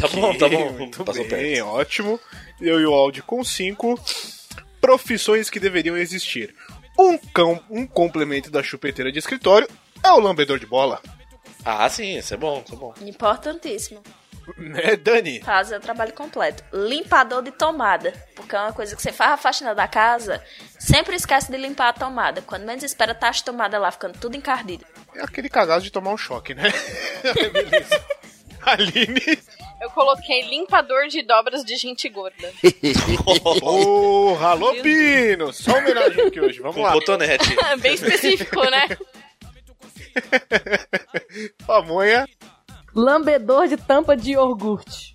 Tá bom, tá bom. Muito Passou bem, ótimo. Eu e o áudio com 5. Profissões que deveriam existir. Um cão, um complemento da chupeteira de escritório é o lambedor de bola. Ah, sim, isso é bom, isso é bom. Importantíssimo. Né, Dani? Fazer o trabalho completo. Limpador de tomada. Porque é uma coisa que você faz a faxina da casa, sempre esquece de limpar a tomada. Quando menos espera, tá as tomadas lá, ficando tudo encardido. É aquele cagaço de tomar um choque, né? Beleza. É, Aline, Eu coloquei limpador de dobras de gente gorda. Ô, alô, Pino! Só homenagem aqui hoje, vamos Com lá. botonete. É Bem específico, né? Pamonha. Lambedor de tampa de iogurte.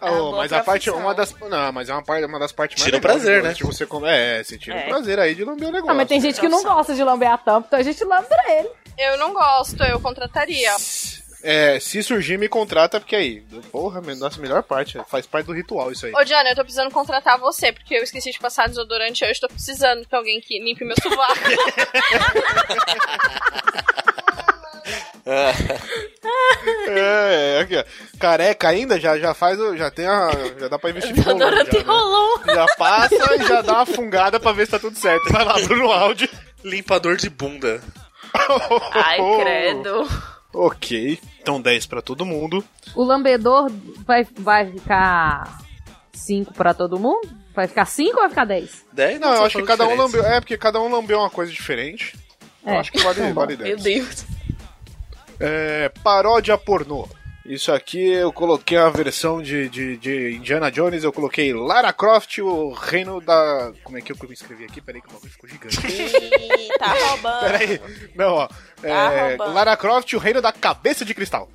Ah, uma boa mas a parte, profissão. uma das, não, mas é uma, parte, uma das partes mais Tira o legais do prazer, né? negócio, Você come, é, você tira É. o prazer aí de lamber o negócio. Ah, mas tem gente que não gosta de lamber a tampa, então a gente lambe ele. Eu não gosto, eu contrataria. É, se surgir, me contrata, porque aí, porra, me- nossa, melhor parte, faz parte do ritual isso aí. Ô, Diana, eu tô precisando contratar você, porque eu esqueci de passar desodorante e hoje tô precisando de alguém que limpe meu sovaco. Ah. É, é, aqui, ó. Careca ainda, já, já faz, o- já tem a, já dá pra investir no já, Dorothy né? rolou. já passa e já dá uma fungada pra ver se tá tudo certo. Vai lá, Bruno Aldi. Limpador de bunda. Ai, credo. Oh, Ok, então 10 pra todo mundo. O lambedor vai, vai ficar 5 pra todo mundo? Vai ficar 5 ou vai ficar 10? 10? Não, eu acho que cada um lambeu, é, porque cada um lambeu uma coisa diferente. É. Eu acho que vale, vale 10. Meu Deus. É, paródia pornô. Isso aqui eu coloquei a versão de, de, de Indiana Jones, eu coloquei Lara Croft, o reino da. Como é que eu me escrevi aqui? Peraí que o bagulho ficou gigante. Ih, tá roubando. Peraí. Não, ó. É, roubando. Lara Croft, o reino da cabeça de cristal.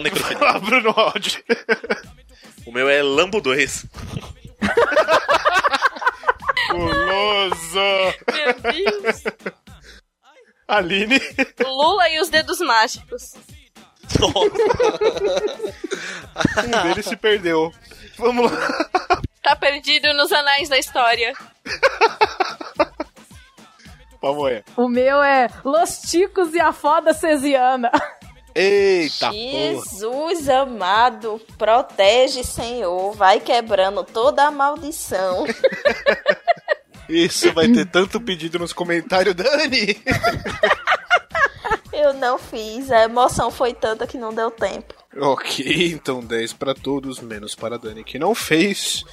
necrofilia. Ah, Bruno Aldi. o meu é Lambo 2. Guloso. Meu Deus. Aline. Lula e os dedos mágicos. Um deles se perdeu. Vamos lá. Tá perdido nos anais da história. Pamonha. O meu é Los Ticos e a Foda Cesiana. tá Eita porra. Jesus amado, protege, Senhor. Vai quebrando toda a maldição. Isso vai ter tanto pedido nos comentários, Dani. Eu não fiz. A emoção foi tanta que não deu tempo. Ok, então 10 pra todos, menos para a Dani que não fez.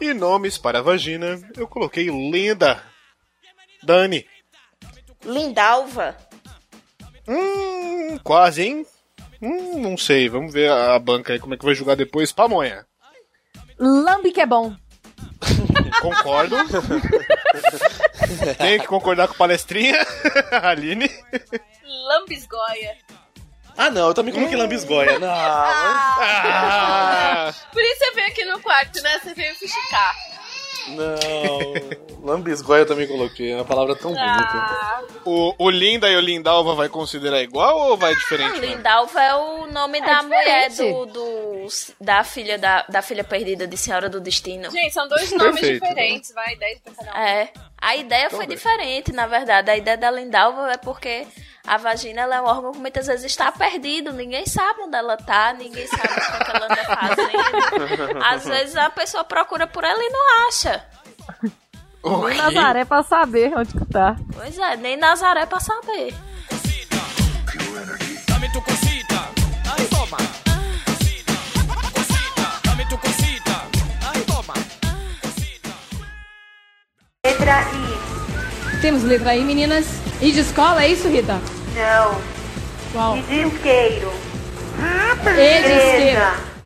E nomes para a vagina, eu coloquei Linda. Dani. Lindalva. Hum, quase, hein? Hum, não sei, vamos ver a banca aí como é que vai jogar depois. Pamonha. Lambe que é bom. Concordo. Tenho que concordar com a palestrinha. Aline. Lambisgoia. Ah, não, eu também coloquei lambisgoia. Não, Ah, Por isso você veio aqui no quarto, né? Você veio fuxicar. não. Lambisgoia eu também coloquei. É uma palavra tão bonita. Ah, o, o Linda e o Lindalva vai considerar igual ou vai diferente? mesmo? Lindalva é o nome da diferente. mulher do, do- da filha da, da filha perdida de Senhora do Destino. gente, são dois nomes Perfeito. diferentes, vai, 10 pra cada um. É. A ideia foi diferente, na verdade. A ideia da Lindalva é porque a vagina ela é um órgão que muitas vezes está perdido. Ninguém sabe onde ela tá, ninguém sabe o que que ela anda fazendo. Às vezes a pessoa procura por ela e não acha. Ok. Nem Nazaré pra saber onde que tá. Pois é, nem Nazaré pra saber. Letra I. Temos letra I, meninas. I de escola, é isso, Rita? Não. Qual? E de isqueiro. E de esquerda.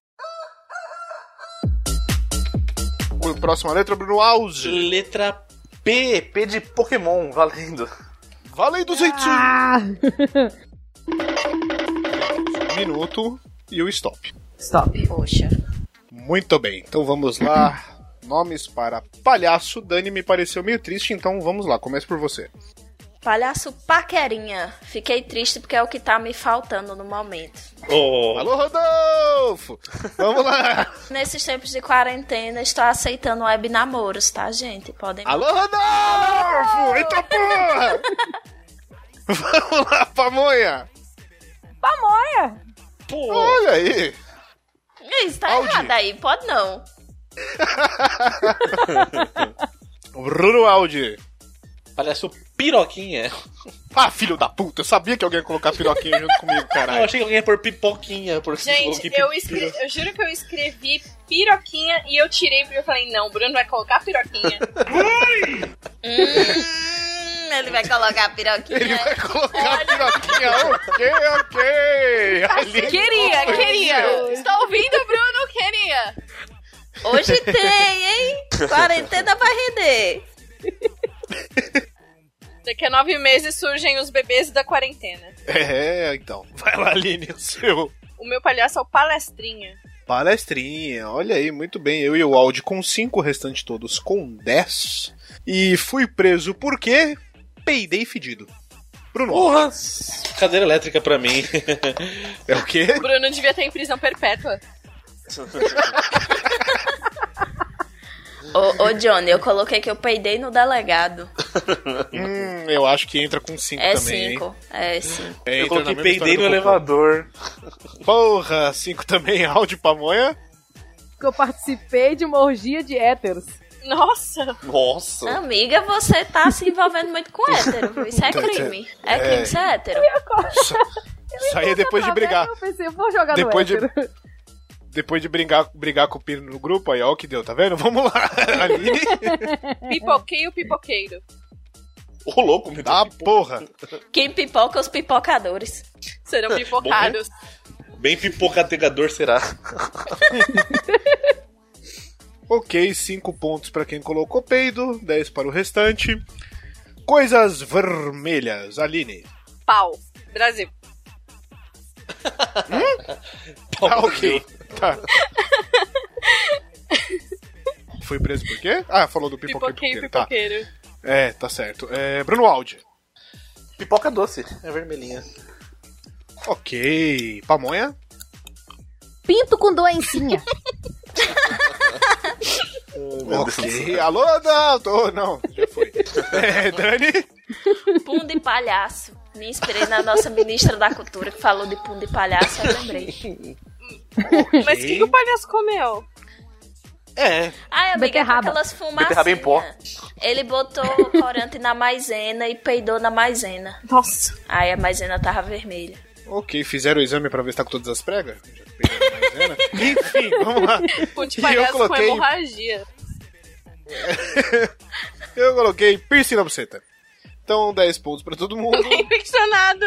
Próxima letra, Bruno Alves. Letra P. P de Pokémon, valendo. Vale dos ah. Minuto e o stop. Stop. Poxa. Muito bem, então vamos lá. Nomes para palhaço. Dani me pareceu meio triste, então vamos lá. Começa por você. Palhaço paquerinha. Fiquei triste porque é o que tá me faltando no momento. Oh, Alô, Rodolfo! Vamos lá! Nesses tempos de quarentena, estou aceitando web namoros, tá, gente? Podem. Alô, Rodolfo! Eita porra! Vamos lá, pamonha! Pamonha! pô. Olha aí! Isso tá Audi. errado aí, pode não. Bruno Aldi. Palhaço piroquinha. Ah, filho da puta, eu sabia que alguém ia colocar piroquinha junto comigo, Ah, eu caralho. achei que alguém ia pôr pipoquinha por Gente, eu, escre- eu juro que eu escrevi piroquinha e eu tirei porque eu falei, não, o Bruno vai colocar piroquinha. Hum, Ele vai colocar a piroquinha. Ele vai colocar a piroquinha. ok, ok. Tá Ali queria, foi. queria. Está ouvindo, Bruno? Queria. Hoje tem, hein? Quarentena vai render. Daqui a nove meses surgem os bebês da quarentena. É, então. Vai lá, Aline, o seu. O meu palhaço é o Palestrinha. Palestrinha, olha aí, muito bem. Eu e o Audi com 5, o restante todos com 10. E fui preso porque peidei fedido. Bruno. Porra! Cadeira elétrica pra mim. É o quê? O Bruno devia estar em prisão perpétua. Ô, ô, Johnny, eu coloquei que eu peidei no delegado. Hum, eu acho que entra com 5 É também. hein? cinco. É cinco. É, entra Eu na coloquei mesma peidei história no do cocô. elevador. Porra, 5 também, áudio pamonha. Que eu participei de uma orgia de héteros. Nossa! Nossa! Amiga, você tá se envolvendo muito com hétero. viu? Isso é Tá crime. certo. É É. crime ser hétero. Isso aí é depois de brigar. Eu pensei, eu vou jogar Depois de- no hétero. Depois de brigar, brigar com o Pino no grupo, aí ó o que deu, tá vendo? Vamos lá. Aline. Uhum. Pipoqueio, pipoqueiro. Ô, louco, me Ah, porra. Quem pipoca é os pipocadores. Serão pipocados. né? Bem pipocategador será. Ok, 5 pontos pra quem colocou peido, 10 para o restante. Coisas vermelhas, Aline. Pau. Brasil. Tá ok. Tá. Foi preso por quê? Ah, falou do pipoqueiro. Pipoqueio, tá. pipoqueiro. É, tá certo. É, Bruno Aldi. Pipoca doce. É vermelhinha. Ok. Pamonha? Pinto com doencinha. Ok. Alô, Dalton. Não, já foi. É, Dani? Pum de palhaço. Me inspirei na nossa ministra da cultura que falou de pum de palhaço, eu lembrei. Uhum. Mas o que, que o palhaço comeu? É. Ai, amiga, com Beterraba. aquelas fumaças. Beterraba em pó. Ele botou o corante na maisena e peidou na maisena. Nossa. Aí a maisena tava vermelha. Ok, fizeram o exame pra ver se tá com todas as pregas? Já pegaram mais, né? Enfim, vamos lá. Pão de E eu palhaço coloquei- com hemorragia. Eu coloquei piercing na buceta. Então, 10 pontos pra todo mundo. Infeccionado.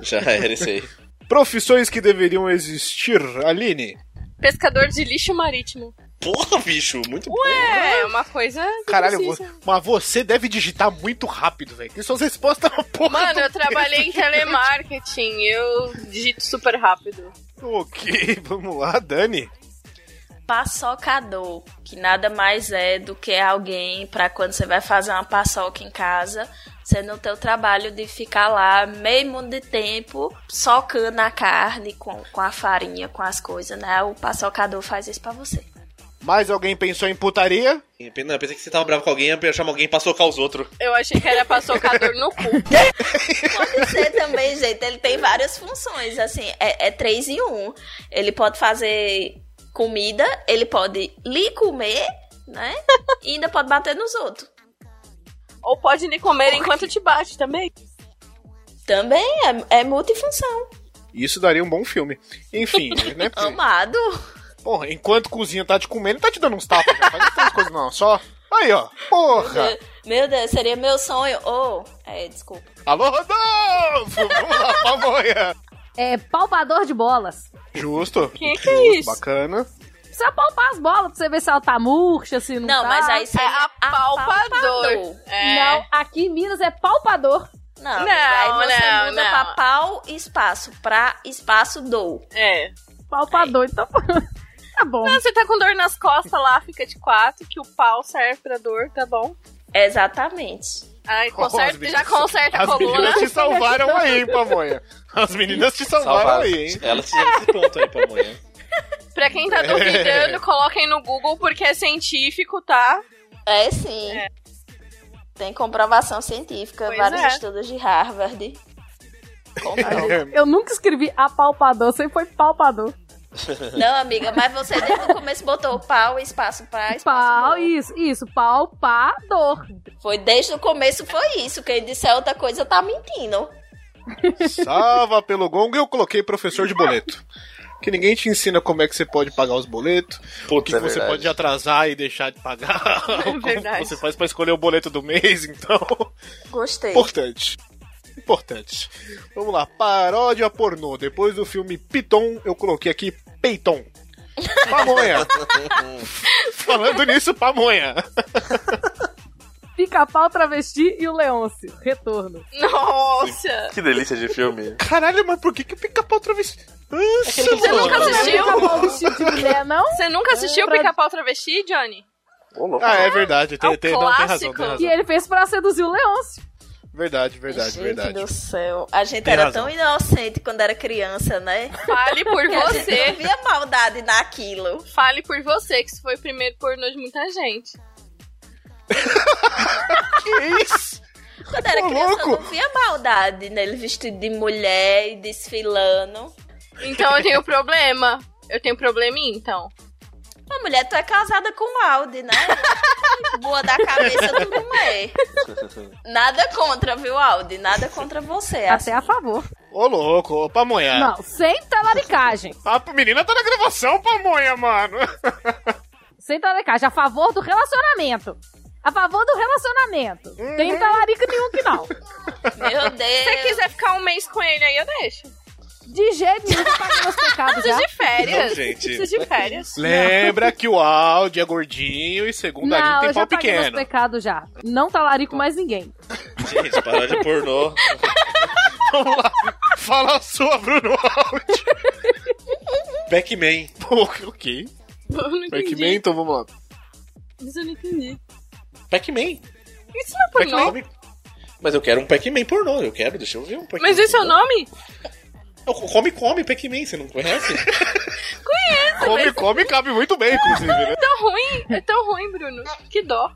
Já era isso aí. Profissões que deveriam existir, Aline. Pescador de lixo marítimo. Porra, bicho, muito É, uma coisa. Caralho, difícil. vo- mas você deve digitar muito rápido, velho. Que suas respostas é uma porra. Mano, do eu trabalhei em telemarketing. Eu digito super rápido. texto. Ok, vamos lá, Dani. Paçocador, que nada mais é do que alguém pra quando você vai fazer uma paçoca em casa, você não tem o trabalho de ficar lá meio mundo de tempo socando a carne com, com a farinha, com as coisas, né? O paçocador faz isso pra você. Mais alguém pensou em putaria? bom. Não, eu pensei que você tava bravo com alguém, ia chamar alguém pra socar os outros. Eu achei que era pra socador no cu. Pode ser também, gente. Ele tem várias funções, assim, é, é três em um. Ele pode fazer comida, ele pode lhe comer, né? E ainda pode bater nos outros. Ou pode me comer enquanto te bate também. Também é, é multifunção. Isso daria um bom filme. Enfim, né? Amado. Porra, enquanto cozinha tá te comendo, tá te dando uns tapas. Já. Faz três coisas não, só. Aí, ó. Porra. Meu Deus, seria meu sonho. Oh, é, desculpa. Alô, Rodolfo! Vamos lá, pamonha. É palpador de bolas. Justo. Que que é isso? Bacana. Precisa é palpar as bolas pra você ver se ela tá murcha, se não, Não, tá. mas aí seria apalpador. É. Não, aqui em Minas é palpador. Não, aí você não, muda não. pra pau espaço, pra espaço dou. É. Palpador, então. tá bom. Não, você tá com dor nas costas lá, fica de quatro, que o pau serve pra dor, tá bom? Exatamente. Aí Oh, as conserta, meninas- já conserta a As coluna. meninas te salvaram aí, hein, pamonha. As meninas te salvaram aí, hein. Elas fizeram esse ponto aí pra amanhã. Pra quem tá É. duvidando, coloquem no Google porque é científico, tá? É sim. Tem comprovação científica, Pois vários é. estudos de Harvard. Comprou. Eu nunca escrevi apalpador, sempre foi palpador. Não, amiga, mas você desde o começo botou pau espaço pra espaço. Pau, dou. isso, isso, palpador. "É Foi desde o começo foi isso. Quem disser outra coisa tá mentindo. Salva pelo gongo, eu coloquei professor de boleto. Que ninguém te ensina como é que você pode pagar os boletos, o que é você verdade. pode atrasar e deixar de pagar, como verdade. você faz pra escolher o boleto do mês, então. Gostei. Importante. Importante. Vamos lá, paródia pornô. Depois do filme Piton, eu coloquei aqui Peiton. Pamonha. Falando nisso, pamonha. Pica-pau, travesti e o Leôncio. Retorno. Nossa! Que delícia de filme. Caralho, mas por que que pica-pau travesti? Nossa, É Você nunca mano. assistiu? Pica-pau vestido de mulher, não? Você nunca assistiu pra- Pica-Pau Travesti, Johnny? Ô, louco. Ah, é verdade. Tem, É um tem- não, tem razão, clássico. tem E é- razão. ele fez pra seduzir o Leôncio. Verdade, verdade, Gente verdade. do céu. A gente Tem era razão. tão inocente quando era criança, né? Fale por Que A gente não você. via maldade naquilo. Fale por você, que isso foi o primeiro pornô de muita gente. Que isso? Quando era Ô, criança, eu louco! não via maldade nele vestido de mulher e desfilando. Então eu tenho problema. Eu tenho probleminha, então. Ô, mulher, tu é casada com o Aldi, né? Boa da cabeça tu não é. Nada contra, viu, Aldi? Nada contra você. assim, Até a favor. Ô, louco, ô, pamonha. Não, sem talaricagem. A menina tá na gravação, pamonha, mano. Sem talaricagem. A favor do relacionamento. A favor do relacionamento. Tem talarica nenhum que não. Meu Deus. Se você quiser ficar um mês com ele aí, eu deixo. De jeito nenhum tá pagando os pecados já. Preciso de férias. Não, gente. Preciso de férias. Lembra que o áudio é gordinho e segundo Não, a linha eu Um tem já pau paguei meus pequeno. pecados já. Não talarico mais ninguém. Gente, paródia pornô. Vamos lá. Fala a sua, Bruno Áudio. Pac-Man. Pô, ok. Eu não Pac-Man, entendi. então vamos lá. Isso eu não entendi. Pac-Man. Isso não é pornô. Pac-Man. Mas eu quero um Pac-Man pornô, eu quero, deixa eu ver um Pac-Man. Mas esse é o nome? Não, Come, come, Pac-Man, você não conhece? Come, come, cabe muito bem, inclusive, né? É tão ruim. É tão ruim, Bruno. Que dó.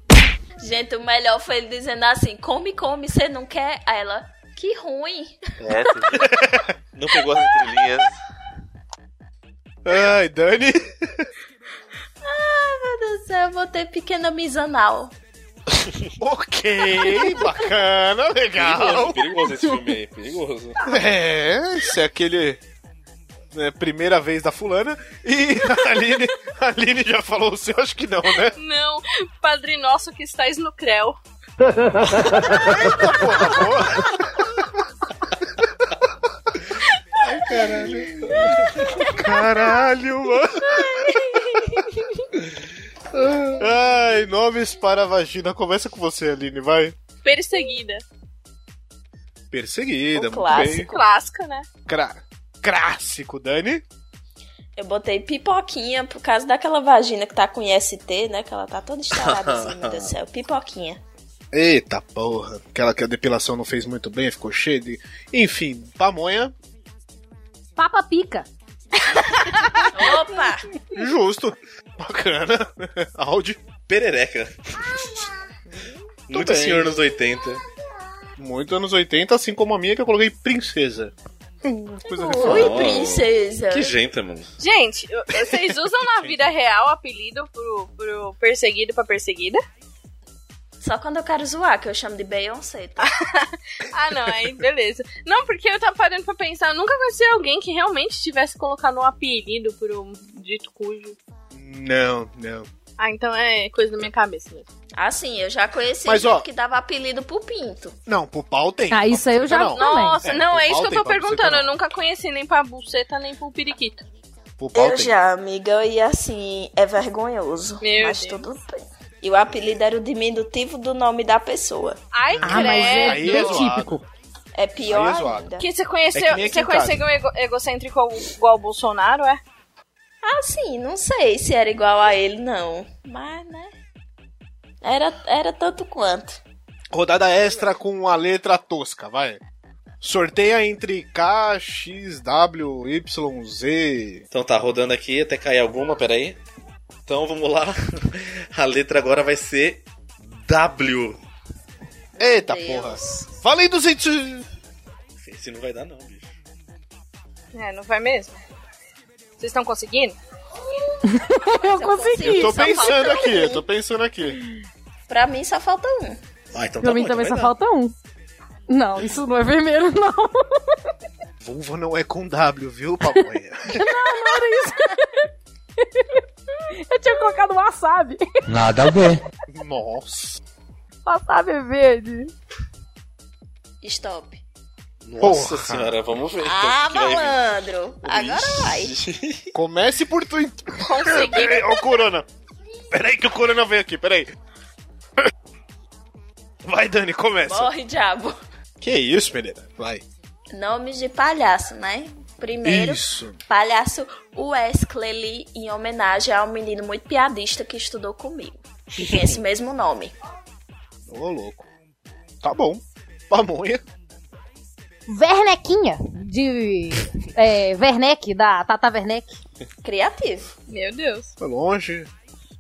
Gente, o melhor foi ele dizendo assim: come, come, você não quer? Aí ela, que ruim. É, teve- não pegou as entrelinhas. Ai, Dani. Ai, Ah, meu Deus do céu, eu vou ter pequena misanal. Ok, bacana, legal. Perigoso, é perigoso esse filme aí, perigoso. É, isso é aquele. né, primeira vez da fulana. E a Aline, a Aline já falou o seu, acho que não, né? Não. Padre nosso que estáis no creu. Eita, porra, porra. Ai, caralho. Caralho, mano. Ai, nomes para a vagina. Começa com você, Aline, vai. Perseguida. Perseguida, Um muito bem. clássico. Clássica, né? Crá- Clássico, Dani. Eu botei pipoquinha por causa daquela vagina que tá com IST, né? Que ela tá toda estourada assim, meu Deus do céu. Pipoquinha. Eita porra, aquela que a depilação não fez muito bem, ficou cheia de. Enfim, pamonha, Papa pica. Opa! justo, bacana, áudio, Perereca. Muito bem. senhor nos 80. muito anos 80, assim como a minha que eu coloquei princesa. Hum, Coisa Oi, refinada. Oh. princesa. Que jenta, mano. Gente, eu- vocês usam na vida real apelido pro, pro perseguido pra perseguida? Só quando eu quero zoar, que eu chamo de Beyoncé. Tá? Ah, não, aí beleza. Não, porque eu tava parando pra pensar, nunca conheci alguém que realmente tivesse colocado um apelido por um dito cujo. Não, não. Ah, então é coisa da minha cabeça mesmo. Assim, eu já conheci Mas, gente ó. que dava apelido pro Pinto. Não, pro pau tem. Ah, isso aí eu já Não, vi também. Nossa, É, não, é pro isso pau que eu tem, tô pra você perguntando. não. Eu nunca conheci nem pra buceta, nem pro periquito. Pro pau Eu tem. já, amiga, e assim, é vergonhoso. Meu mas Deus. tudo bem. E o apelido era o diminutivo do nome da pessoa. Ai, Ah, mas é credo. Aí é bem zoado. típico. É pior Aí é zoado. ainda. Que você É conheceu, que nem aqui você em casa. conheceu um ego- egocêntrico igual o Bolsonaro, é? Assim, não sei se era igual a ele, não. Mas, né? Era, era tanto quanto. Rodada extra com a letra tosca, vai. Sorteia entre K, X, W, Y, Z. Então tá, rodando aqui até cair alguma, peraí. Então vamos lá. A letra agora vai ser W. Eita Deus. porra. Valendo, gente! Esse não vai dar não, bicho. É, não vai mesmo? Vocês estão conseguindo? Eu consegui. Eu tô Só falta pensando aqui, um. eu tô pensando aqui. Pra mim só falta um. Ah, então tá Pra mim bom, também então só vai dar. falta um. Não, isso não é vermelho, não. Vulva não é com W, viu, pamonha? Não, não era isso. Eu tinha um colocado wasabi. Nada a ver. Nossa. Wasabi é verde. Stop. Nossa senhora, vamos ver. então, Ah, o que vai vir. malandro. Agora vai. Comece por tu. Consegui. Peraí, ó, o Corona. Peraí que o Corona veio aqui, peraí. Vai, Dani, começa. Morre, diabo. Que isso, Pereira? Vai. Nomes de palhaço, né? Primeiro, Isso. palhaço Wesley Lee, em homenagem a um menino muito piadista que estudou comigo. Que tem esse mesmo nome. Ô, louco. Tá bom. Pamonha. Vernequinha, de. É, Vernec, da Tata Vernec. Criativo. Meu Deus. Foi longe.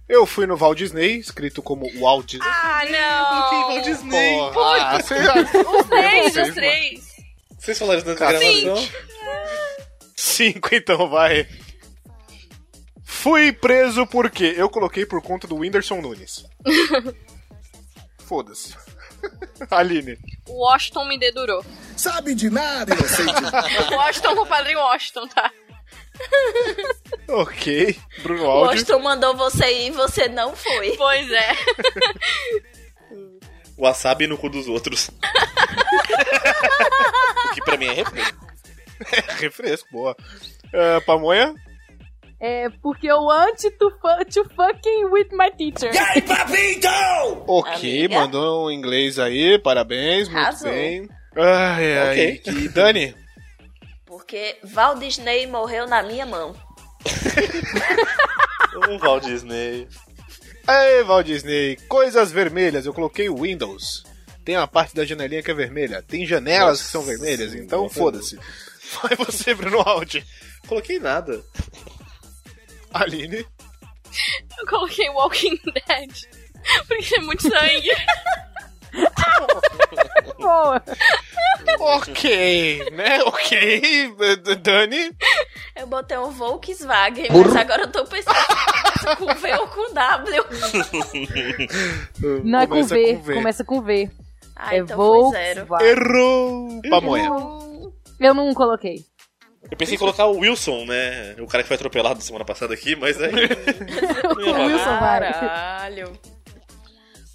Eu fui no Walt Disney, escrito como Walt Disney. Ah, não. Walt Disney. Ah, Porra, Putz. você já- Os três, Vocês, os três. Vocês falaram isso na Cacete. gravação? Cinco, então, vai. Fui preso por quê? Eu coloquei por conta do Whindersson Nunes. Foda-se. Aline. O Washington me dedurou. Sabe de nada, O Washington com o padrinho Washington, tá? ok. Bruno O Aldi. Austin mandou você ir e você não foi. Pois é. Wasabi no cu dos outros. o que pra mim é refresco. é Refresco, boa. Ah, pamonha? É porque eu want to, fu- to fucking with my teacher. Ok, Amiga. mandou um inglês aí, parabéns, muito Arrasou. bem. Ai, ai. Ok. que- Dani, Porque Walt Disney morreu na minha mão. O Walt Disney. Ei, Walt Disney, coisas vermelhas, eu coloquei o Windows. Tem uma parte da janelinha que é vermelha, tem janelas que são vermelhas, então foda-se. Vai você, Bruno Aldi. Coloquei nada. Aline. Eu coloquei Walking Dead. Porque é muito sangue. Boa. ok, né? Ok, D- Dani. Eu botei um Volkswagen, mas agora eu tô pensando se começa com V ou com W. Não Começa é com com V, V. começa com V. Ah, é então foi zero. Volkswagen. Errou! Pamonha. Eu não coloquei. Eu pensei em colocar o Wilson, né? O cara que foi atropelado semana passada aqui, mas é aí. O Wilson vai. Caralho.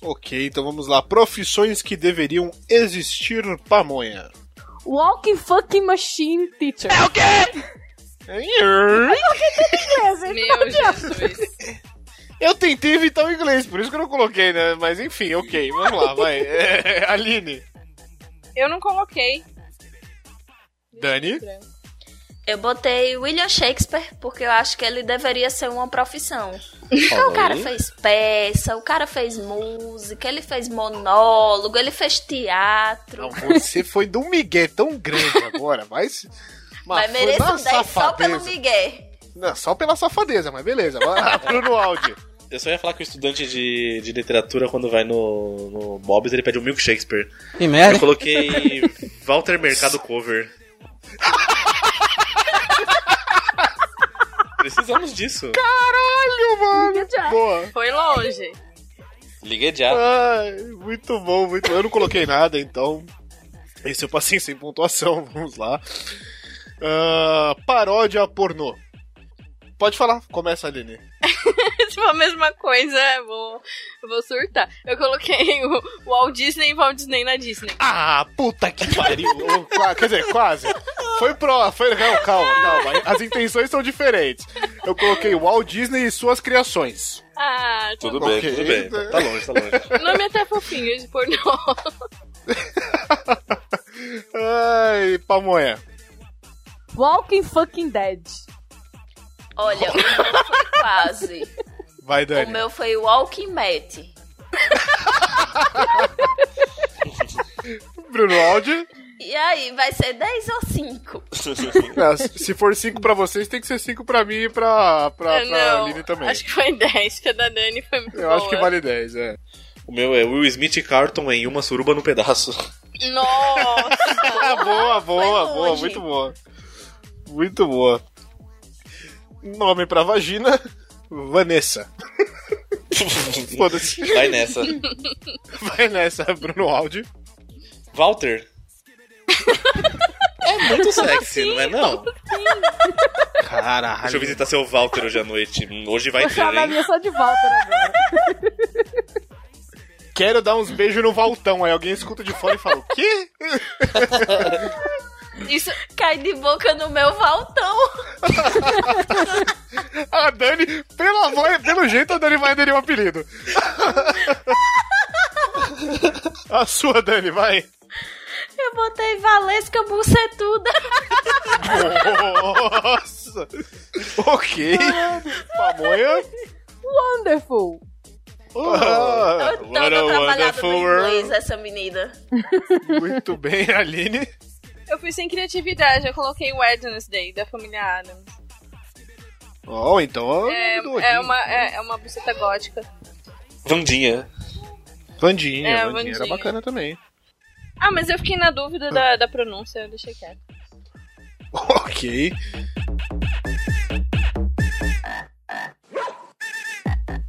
Ok, então vamos lá. Profissões que deveriam existir, pamonha. Walking fucking machine teacher. É o quê? Inglês, hein? Meu Jesus. Eu tentei evitar o inglês, por isso que eu não coloquei, né? Mas enfim, ok, vamos lá, vai. É, Aline. Eu não coloquei. Dani. Eu botei William Shakespeare porque eu acho que ele deveria ser uma profissão. Porque Então, o Olha cara aí. fez peça, o cara fez música, ele fez monólogo, ele fez teatro. Não, você foi de um migué tão grande agora, mas... mas foi na mereço 10 só pelo safadeza. Miguel. Não, só pela safadeza, mas beleza. Vai lá, Bruno Aldi. Eu só ia falar que o estudante de, de literatura, quando vai no, no Bob's, ele pede um Milk Shakespeare. Que merda. Eu coloquei Walter Mercado Cover. Precisamos disso. Caralho, mano. Boa. Foi longe. Liguei já. Ai, muito bom, muito bom. Eu não coloquei nada, então... Esse eu passei sem pontuação, vamos lá. Ah, paródia pornô. Pode falar, começa, Aline. Se for Tipo, a mesma coisa, eu vou, eu vou surtar. Eu coloquei o Walt Disney e Walt Disney na Disney. Ah, puta que pariu! Ou qua- Quer dizer, quase. Foi pro. Foi, não, calma, calma. As intenções são diferentes. Eu coloquei Walt Disney e suas criações. Ah, Tudo bem, Ok. tudo bem. Tá tá longe, tá longe. O nome é até fofinho de pornô. Ai, pamonha. Walking fucking dead. Olha, o meu foi quase. Vai, O Dani. meu foi Walking Mat. Bruno Aldi. E aí, vai ser 10 ou 5? Não, Se for 5 pra vocês, tem que ser 5 pra mim e pra, pra, pra Aline também. É, acho que foi 10, porque a da Dani foi muito Eu acho que boa. vale 10, é. O meu é Will Smith e Carlton em uma suruba no pedaço. Nossa! boa, boa, Foi boa, longe. muito boa. Muito boa. Nome pra vagina: Vanessa. Foda-se. Vai nessa. Vai nessa, Bruno Aldi. Walter É muito sexy, não é não? Caralho. Deixa eu visitar seu Walter hoje à noite. Hum, Hoje vai Vou ter, chamar a hein? minha só de volta agora. Quero dar uns beijos no Valtão. Aí alguém escuta de fora e fala: O quê? Isso cai de boca no meu valtão. A Dani, pelo, amor, pelo jeito, a Dani vai aderir um apelido. A sua, Dani, vai. Eu botei Valesca Bucetuda. Nossa! Ok. Pamonha. Wonderful. Ah, what Toda a trabalhada no wonderful inglês, world. essa menina. Muito bem, Aline. Eu fui sem criatividade, eu coloquei Wednesday, da família Adams. Oh, então. é, mudou é aqui. uma, é, é uma buceta gótica. Vandinha. Vandinha, É, Vandinha, era Vandinha. bacana também. Ah, mas eu fiquei na dúvida da, da pronúncia, eu deixei quieto. Ok.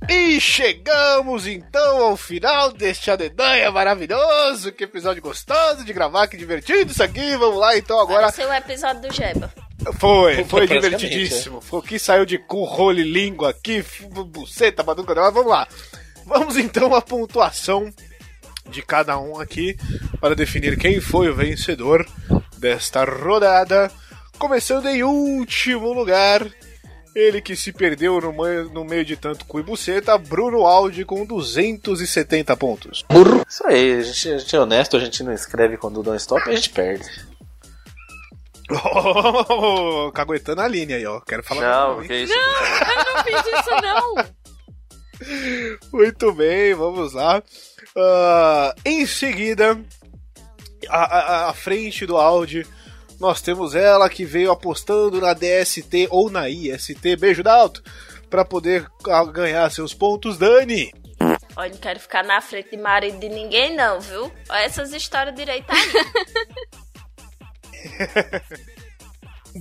E chegamos então ao final deste Adedanha maravilhoso. Que episódio gostoso de gravar, que divertido isso aqui. Vamos lá então agora. Esse é o episódio do Jeba. Foi, foi Foi praticamente, divertidíssimo. Foi o que saiu de cu, rolo e língua aqui, f- bu- buceta, baduca, mas vamos lá. Vamos então à pontuação de cada um aqui para definir quem foi o vencedor desta rodada. Começando em último lugar, ele que se perdeu no, meio- no meio de tanto cu e buceta, Bruno Aldi com 270 pontos. Isso aí, a gente, a gente é honesto, a gente não escreve quando dá um stop e a gente perde. Oh, caguetando a linha aí, ó. Quero falar Não, hein? que isso. Eu não fiz isso, não. Muito bem, vamos lá. Ah, em seguida, à, à- à frente do Audi, nós temos ela que veio apostando na DST ou na IST, beijo da alto, para poder ah, ganhar seus pontos, Dani. Olha, não quero ficar na frente de marido de ninguém, não, viu? Olha essas histórias direita aí.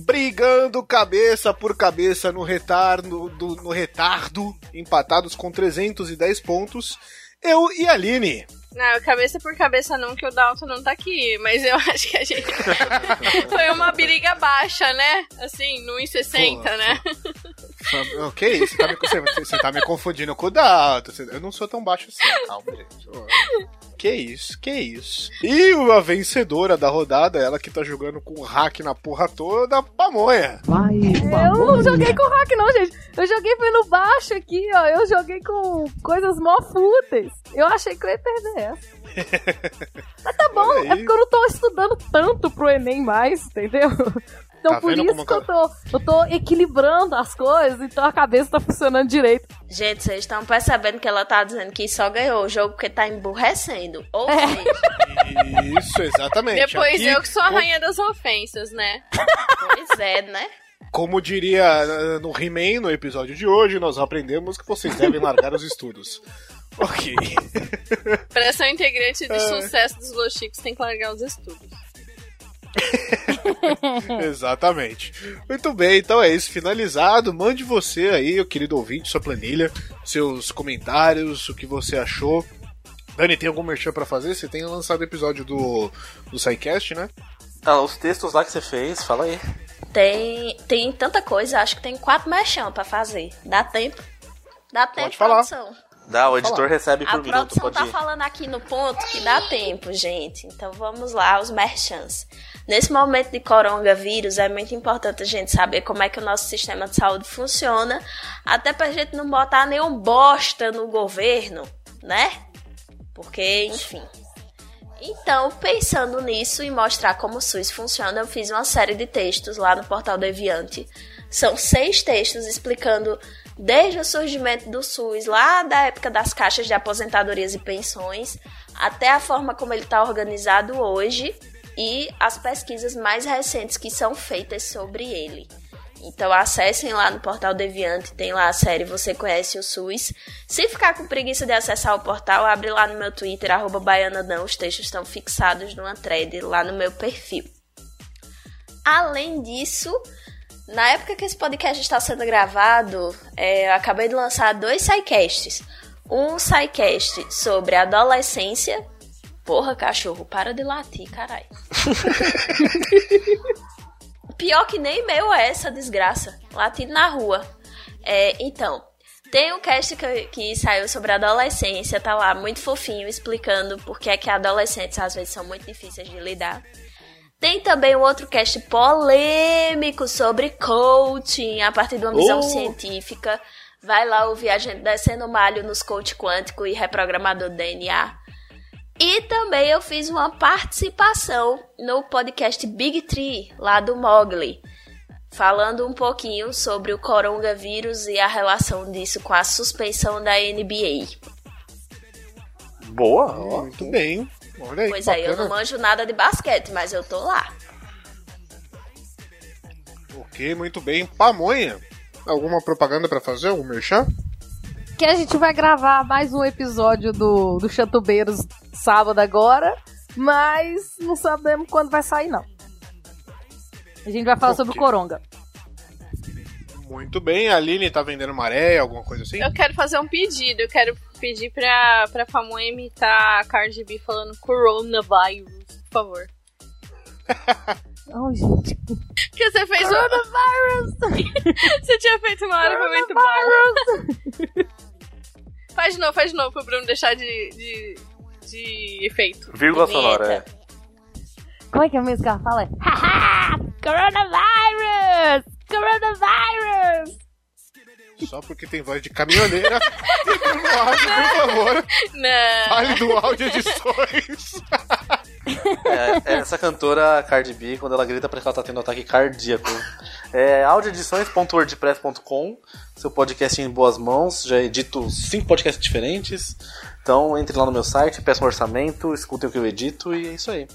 Brigando cabeça por cabeça no retardo, do- no retardo, empatados com 310 pontos, eu e a Aline. Não, cabeça por cabeça não, que o Dalton não tá aqui, mas eu acho que a gente. Foi uma briga baixa, né? Assim, no 1,60, Pô, né? Ah, Ok, você tá me, você- você tá me confundindo com o Dalton. Você- Eu não sou tão baixo assim, calma, gente. Ó, Que isso, que isso. E a vencedora da rodada, ela que tá jogando com o hack na porra toda, pamonha. Eu não joguei com hack, não, gente. Eu joguei pelo baixo aqui, ó. Eu joguei com coisas mó fúteis. Eu achei que eu ia perder essa. Mas tá bom, Olha aí. é porque eu não tô estudando tanto pro Enem mais, entendeu? Então Tá por vendo isso como que eu tô, eu tô equilibrando as coisas, então a cabeça tá funcionando direito. Gente, vocês estão percebendo que ela tá dizendo que só ganhou o jogo porque tá emburrecendo. Ou seja, Isso, exatamente. Depois Aqui, eu que sou a co- rainha das ofensas, né? pois é, né? Como diria ah, no He-Man, no episódio de hoje, nós aprendemos que vocês devem largar os estudos. Ok. Pra ser um integrante do É. sucesso dos Los Chicos, tem que largar os estudos. É. Exatamente. Muito bem, então é isso, finalizado. Mande você aí, o querido ouvinte, sua planilha, seus comentários, o que você achou. Dani, tem algum merchan pra fazer? Você tem lançado episódio do, do SciCast, né? Ah, os textos lá que você fez, fala aí. Tem, tem tanta coisa, acho que tem quatro mechão pra fazer. Dá tempo? Dá tempo, falar. produção. Dá, o editor Fala. recebe A por minuto, produção pode tá ir. falando aqui no ponto que dá tempo, gente. Então vamos lá, os merchants. Nesse momento de coronavírus, é muito importante a gente saber como é que o nosso sistema de saúde funciona, até pra gente não botar nenhum bosta no governo, né? Porque, enfim. Então, pensando nisso e mostrar como o SUS funciona, eu fiz uma série de textos lá no portal Deviante. São seis textos explicando desde o surgimento do SUS, lá da época das caixas de aposentadorias e pensões, até a forma como ele está organizado hoje e as pesquisas mais recentes que são feitas sobre ele. Então acessem lá no portal Deviante, tem lá a série Você Conhece o SUS. Se ficar com preguiça de acessar o portal, abre lá no meu Twitter, arroba baianadão, os textos estão fixados numa thread lá no meu perfil. Além disso, na época que esse podcast está sendo gravado, é, eu acabei de lançar dois sidecasts. Um sidecast sobre adolescência. Porra, cachorro, para de latir, caralho. Pior que nem meu é essa desgraça. Latindo na rua. É, então, tem um cast que, que saiu sobre adolescência, tá lá, muito fofinho, explicando por que é que adolescentes às vezes são muito difíceis de lidar. Tem também um outro cast polêmico sobre coaching, a partir de uma visão Oh! científica. Vai lá ouvir a gente descendo o malho nos coach quântico e reprogramador DNA. E também eu fiz uma participação no podcast Big Tree, lá do Mogli, falando um pouquinho sobre o coronavírus e a relação disso com a suspensão da NBA. Boa, ó. Muito bem. Olha aí, pois que é, eu não bacana. manjo nada de basquete, mas eu tô lá. Ok, muito bem. Pamonha. Alguma propaganda pra fazer? Algum merchan? Que a gente vai gravar mais um episódio do, do Chatubeiros sábado agora, mas não sabemos quando vai sair, não. A gente vai falar sobre o Coronga. Muito bem. A Aline tá vendendo maré, alguma coisa assim? Eu quero fazer um pedido. Eu quero pedir pra, pra Pamonha imitar a Cardi B falando coronavirus, por favor. Oh, gente. Porque você fez coronavirus! você tinha feito uma hora, foi muito bom. faz de novo, faz de novo pro Bruno deixar de, de, de efeito. Vírgula Vinheta. sonora, é. Como é que é mesmo que ela fala? Haha! Coronavirus! Coronavirus! Só porque tem voz de caminhoneira. no áudio, por favor. Não. Fale do áudio edições. É, essa cantora Cardi B, quando ela grita, parece que ela tá tendo ataque cardíaco. É audioedições.wordpress.com, seu podcast em boas mãos, já edito cinco podcasts diferentes. Então entre lá no meu site, peça um orçamento, escutem o que eu edito e é isso aí.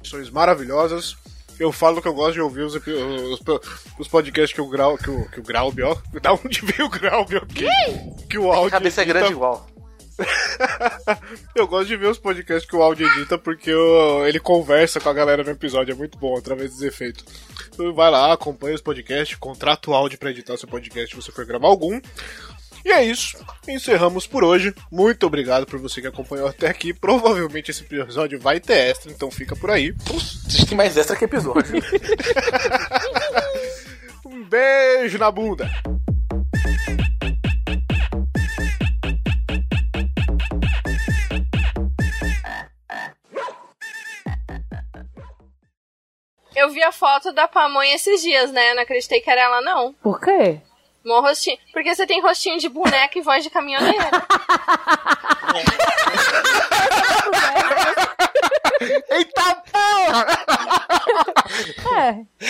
Edições maravilhosas. Eu falo que eu gosto de ouvir os, epi- os, os podcasts que o Grau. Que o, que o Grau, ó. Da onde veio o Grau, ó? Que, que o áudio. Cabeça é edita. grande tá igual. Eu gosto de ver os podcasts que o áudio edita porque eu- ele conversa com a galera no episódio, é muito bom através dos efeitos. Então vai lá, acompanha os podcasts, contrata o áudio pra editar seu podcast se você for gravar algum. E é isso, encerramos por hoje. Muito obrigado por você que acompanhou até aqui. Provavelmente esse episódio vai ter extra, então fica por aí. Tem mais extra que episódio. um beijo na bunda. Eu vi a foto da Pamonha esses dias, né? Eu não acreditei que era ela, não. Por quê? Mó rostinho. Porque você tem rostinho de boneca e voz de caminhoneira. Eita porra!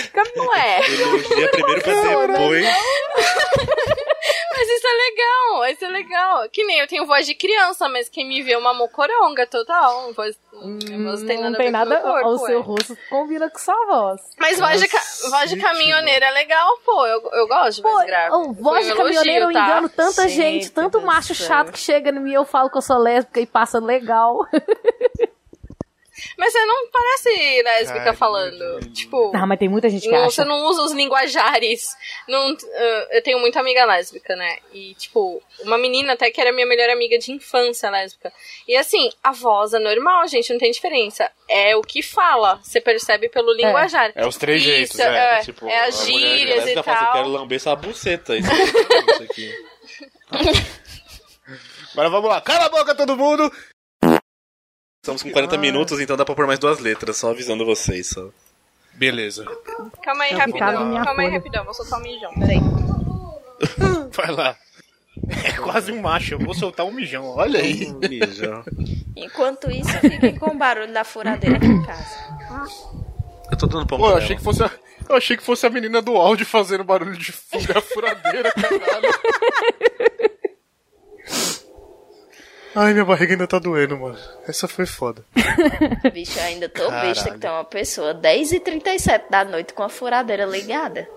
É. Não é. Elogia primeiro pra depois. Mas isso é legal, isso é legal. Que nem eu tenho voz de criança, mas quem me vê é uma mocoronga total. Voz, voz tem nada Hum, não a ver tem com nada. meu corpo, o seu é. rosto combina com sua voz. Mas voz de, ca- voz de caminhoneira é legal, pô. Eu, eu gosto de voz grave. Ô, oh, voz Foi um de elogio, caminhoneiro, eu tá? engano tanta gente, tanto macho chato que chega em mim e eu falo que eu sou lésbica e passa legal. Mas você não parece lésbica Cara, falando. Tipo. Não, Tá, mas tem muita gente que não- acha. você não usa os linguajares. Não, ah, eu tenho muita amiga lésbica, né? E, tipo, uma menina até que era minha melhor amiga de infância lésbica. E, assim, a voz é normal, gente, não tem diferença. É o que fala, você percebe pelo linguajar. É os três Isso, jeitos, é. é, É, tipo, as a mulher gírias e lésbica fala assim, tal. quero lamber essa buceta. Isso, isso aqui. Agora vamos lá, cala a boca todo mundo! Estamos com Ah. 40 minutos, então dá pra pôr mais duas letras, só avisando vocês. Só. Beleza. Calma aí, É o que tá na rapidão. minha Calma aí, folha. rapidão. Vou soltar um mijão, peraí. Vai lá. É quase um macho, eu vou soltar um mijão, olha aí. mijão. Enquanto isso, fiquem com o barulho da furadeira aqui em casa. Eu tô dando pão Pô, eu pra achei, ela. que fosse a, eu achei que fosse a menina do áudio fazendo barulho de fuga furadeira, caralho. Ai, minha barriga ainda tá doendo, mano. Essa foi foda. Bicho, eu ainda tô Caralho. besta que tem uma pessoa 10h37 da noite com a furadeira ligada.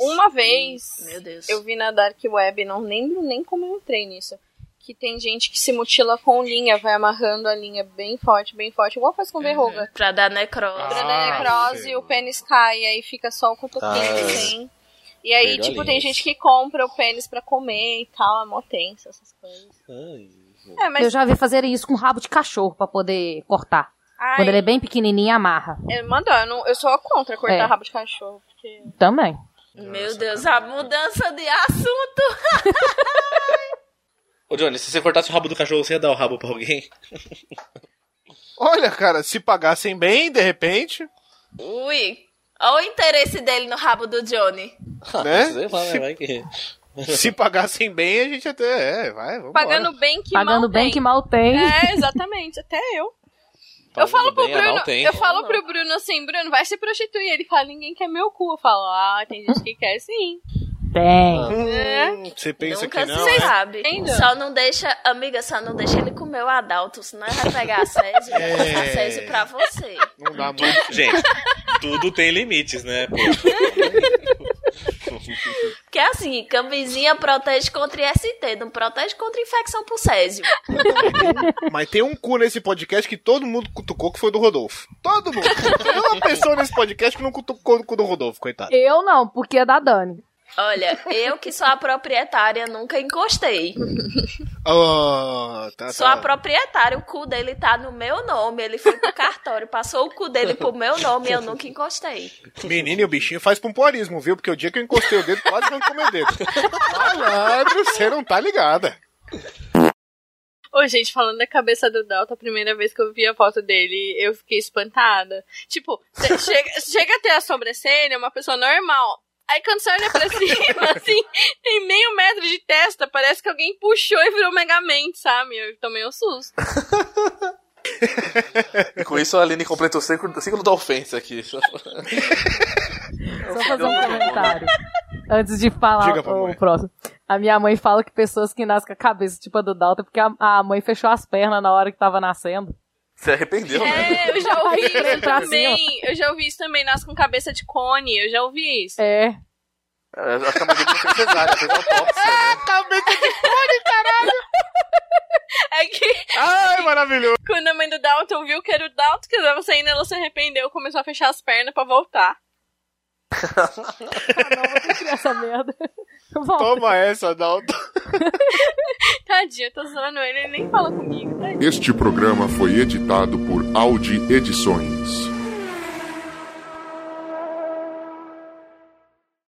Uma vez Deus. eu vi na Dark Web, não lembro nem como eu entrei nisso, que tem gente que se mutila com linha, vai amarrando a linha bem forte, bem forte, igual faz com verruga. Pra dar necrose. Pra dar necrose, o pênis cai, aí fica só o cotoquinho Ah, é. assim. E aí, Perdeu a tipo, linha, tem isso. gente que compra o pênis pra comer e tal, é mó tenso, essas coisas. É, Eu mas- já vi fazerem isso com rabo de cachorro pra poder cortar. Ai, Quando ele é bem pequenininho, amarra. é, manda, eu, não- eu sou contra cortar É. rabo de cachorro. Porque... Também. Meu Deus, a mudança de assunto. Ô, Johnny, se você cortasse o rabo do cachorro, você ia dar o rabo pra alguém? Olha, cara, se pagassem bem, de repente, Ui, olha o interesse dele no rabo do Johnny. né? Sei lá, né? Se- Vai que... Se pagassem bem, a gente até. É, vai, vamos Pagando bem que Pagando mal bem tem. que mal tem. É, exatamente, até eu. eu falo pro Tá bem, Bruno, anal tem. eu falo pro Bruno assim, Bruno, vai se prostituir. Ele fala, ninguém quer meu cu. Eu falo, ah, tem gente que quer sim. Tem. É. Hum, Você pensa Nunca que não, se né? sabe. Entendo. Só não deixa, amiga, só não deixa ele comer o Adalto, senão ele vai pegar a Césio e É. vai passar a Césio pra você. Não dá muito. Tudo- gente, tudo tem limites, né? pô? Que é assim, camisinha protege contra IST, não protege contra infecção por Césio. Mas tem um cu nesse podcast que todo mundo cutucou, que foi do Rodolfo. Todo mundo. Tem uma pessoa nesse podcast que não cutucou o cu do Rodolfo, coitado. Eu não, porque é da Dani. Olha, eu que sou a proprietária, nunca encostei. Tá Ah, tá, Sou a tá. proprietária, o cu dele tá no meu nome. Ele foi pro cartório, passou o cu dele pro meu nome e eu nunca encostei. Menino e o bichinho faz pompoarismo, viu? Porque o dia que eu encostei o dedo, quase não comeu o dedo. Malandro, você não tá ligada. Ô, gente, falando da cabeça do Dalton, a primeira vez que eu vi a foto dele, eu fiquei espantada. Tipo, cê- chega, chega a ter a sobrancelha, é uma pessoa normal. Aí quando você olha pra cima, assim, tem meio metro de testa, parece que alguém puxou e virou megamente, sabe? Eu tomei um susto. E com isso a Aline completa o ciclo, ciclo da ofensa aqui. Só fazer um comentário. Antes de falar Diga, o, papai. o próximo. A minha mãe fala que pessoas que nascem com a cabeça tipo a do Dalton, porque a, a mãe fechou as pernas na hora que tava nascendo. Se arrependeu, né? É, eu já ouvi Pra isso cima. também. Eu já ouvi isso também, nasce com cabeça de cone, eu já ouvi isso. É. É, Acho que a mãe dele não fez cesárea, fez autópsia, né? Cabeça de cone, caralho! É que Ai, maravilhoso. quando a mãe do Dalton viu que era o Dalton que tava saindo, ela se arrependeu, começou a fechar as pernas pra voltar. Essa merda. Toma essa, Dalton. Tadinha, eu tô zoando ele, ele nem fala comigo. Tadinho. Este programa foi editado por Audi Edições.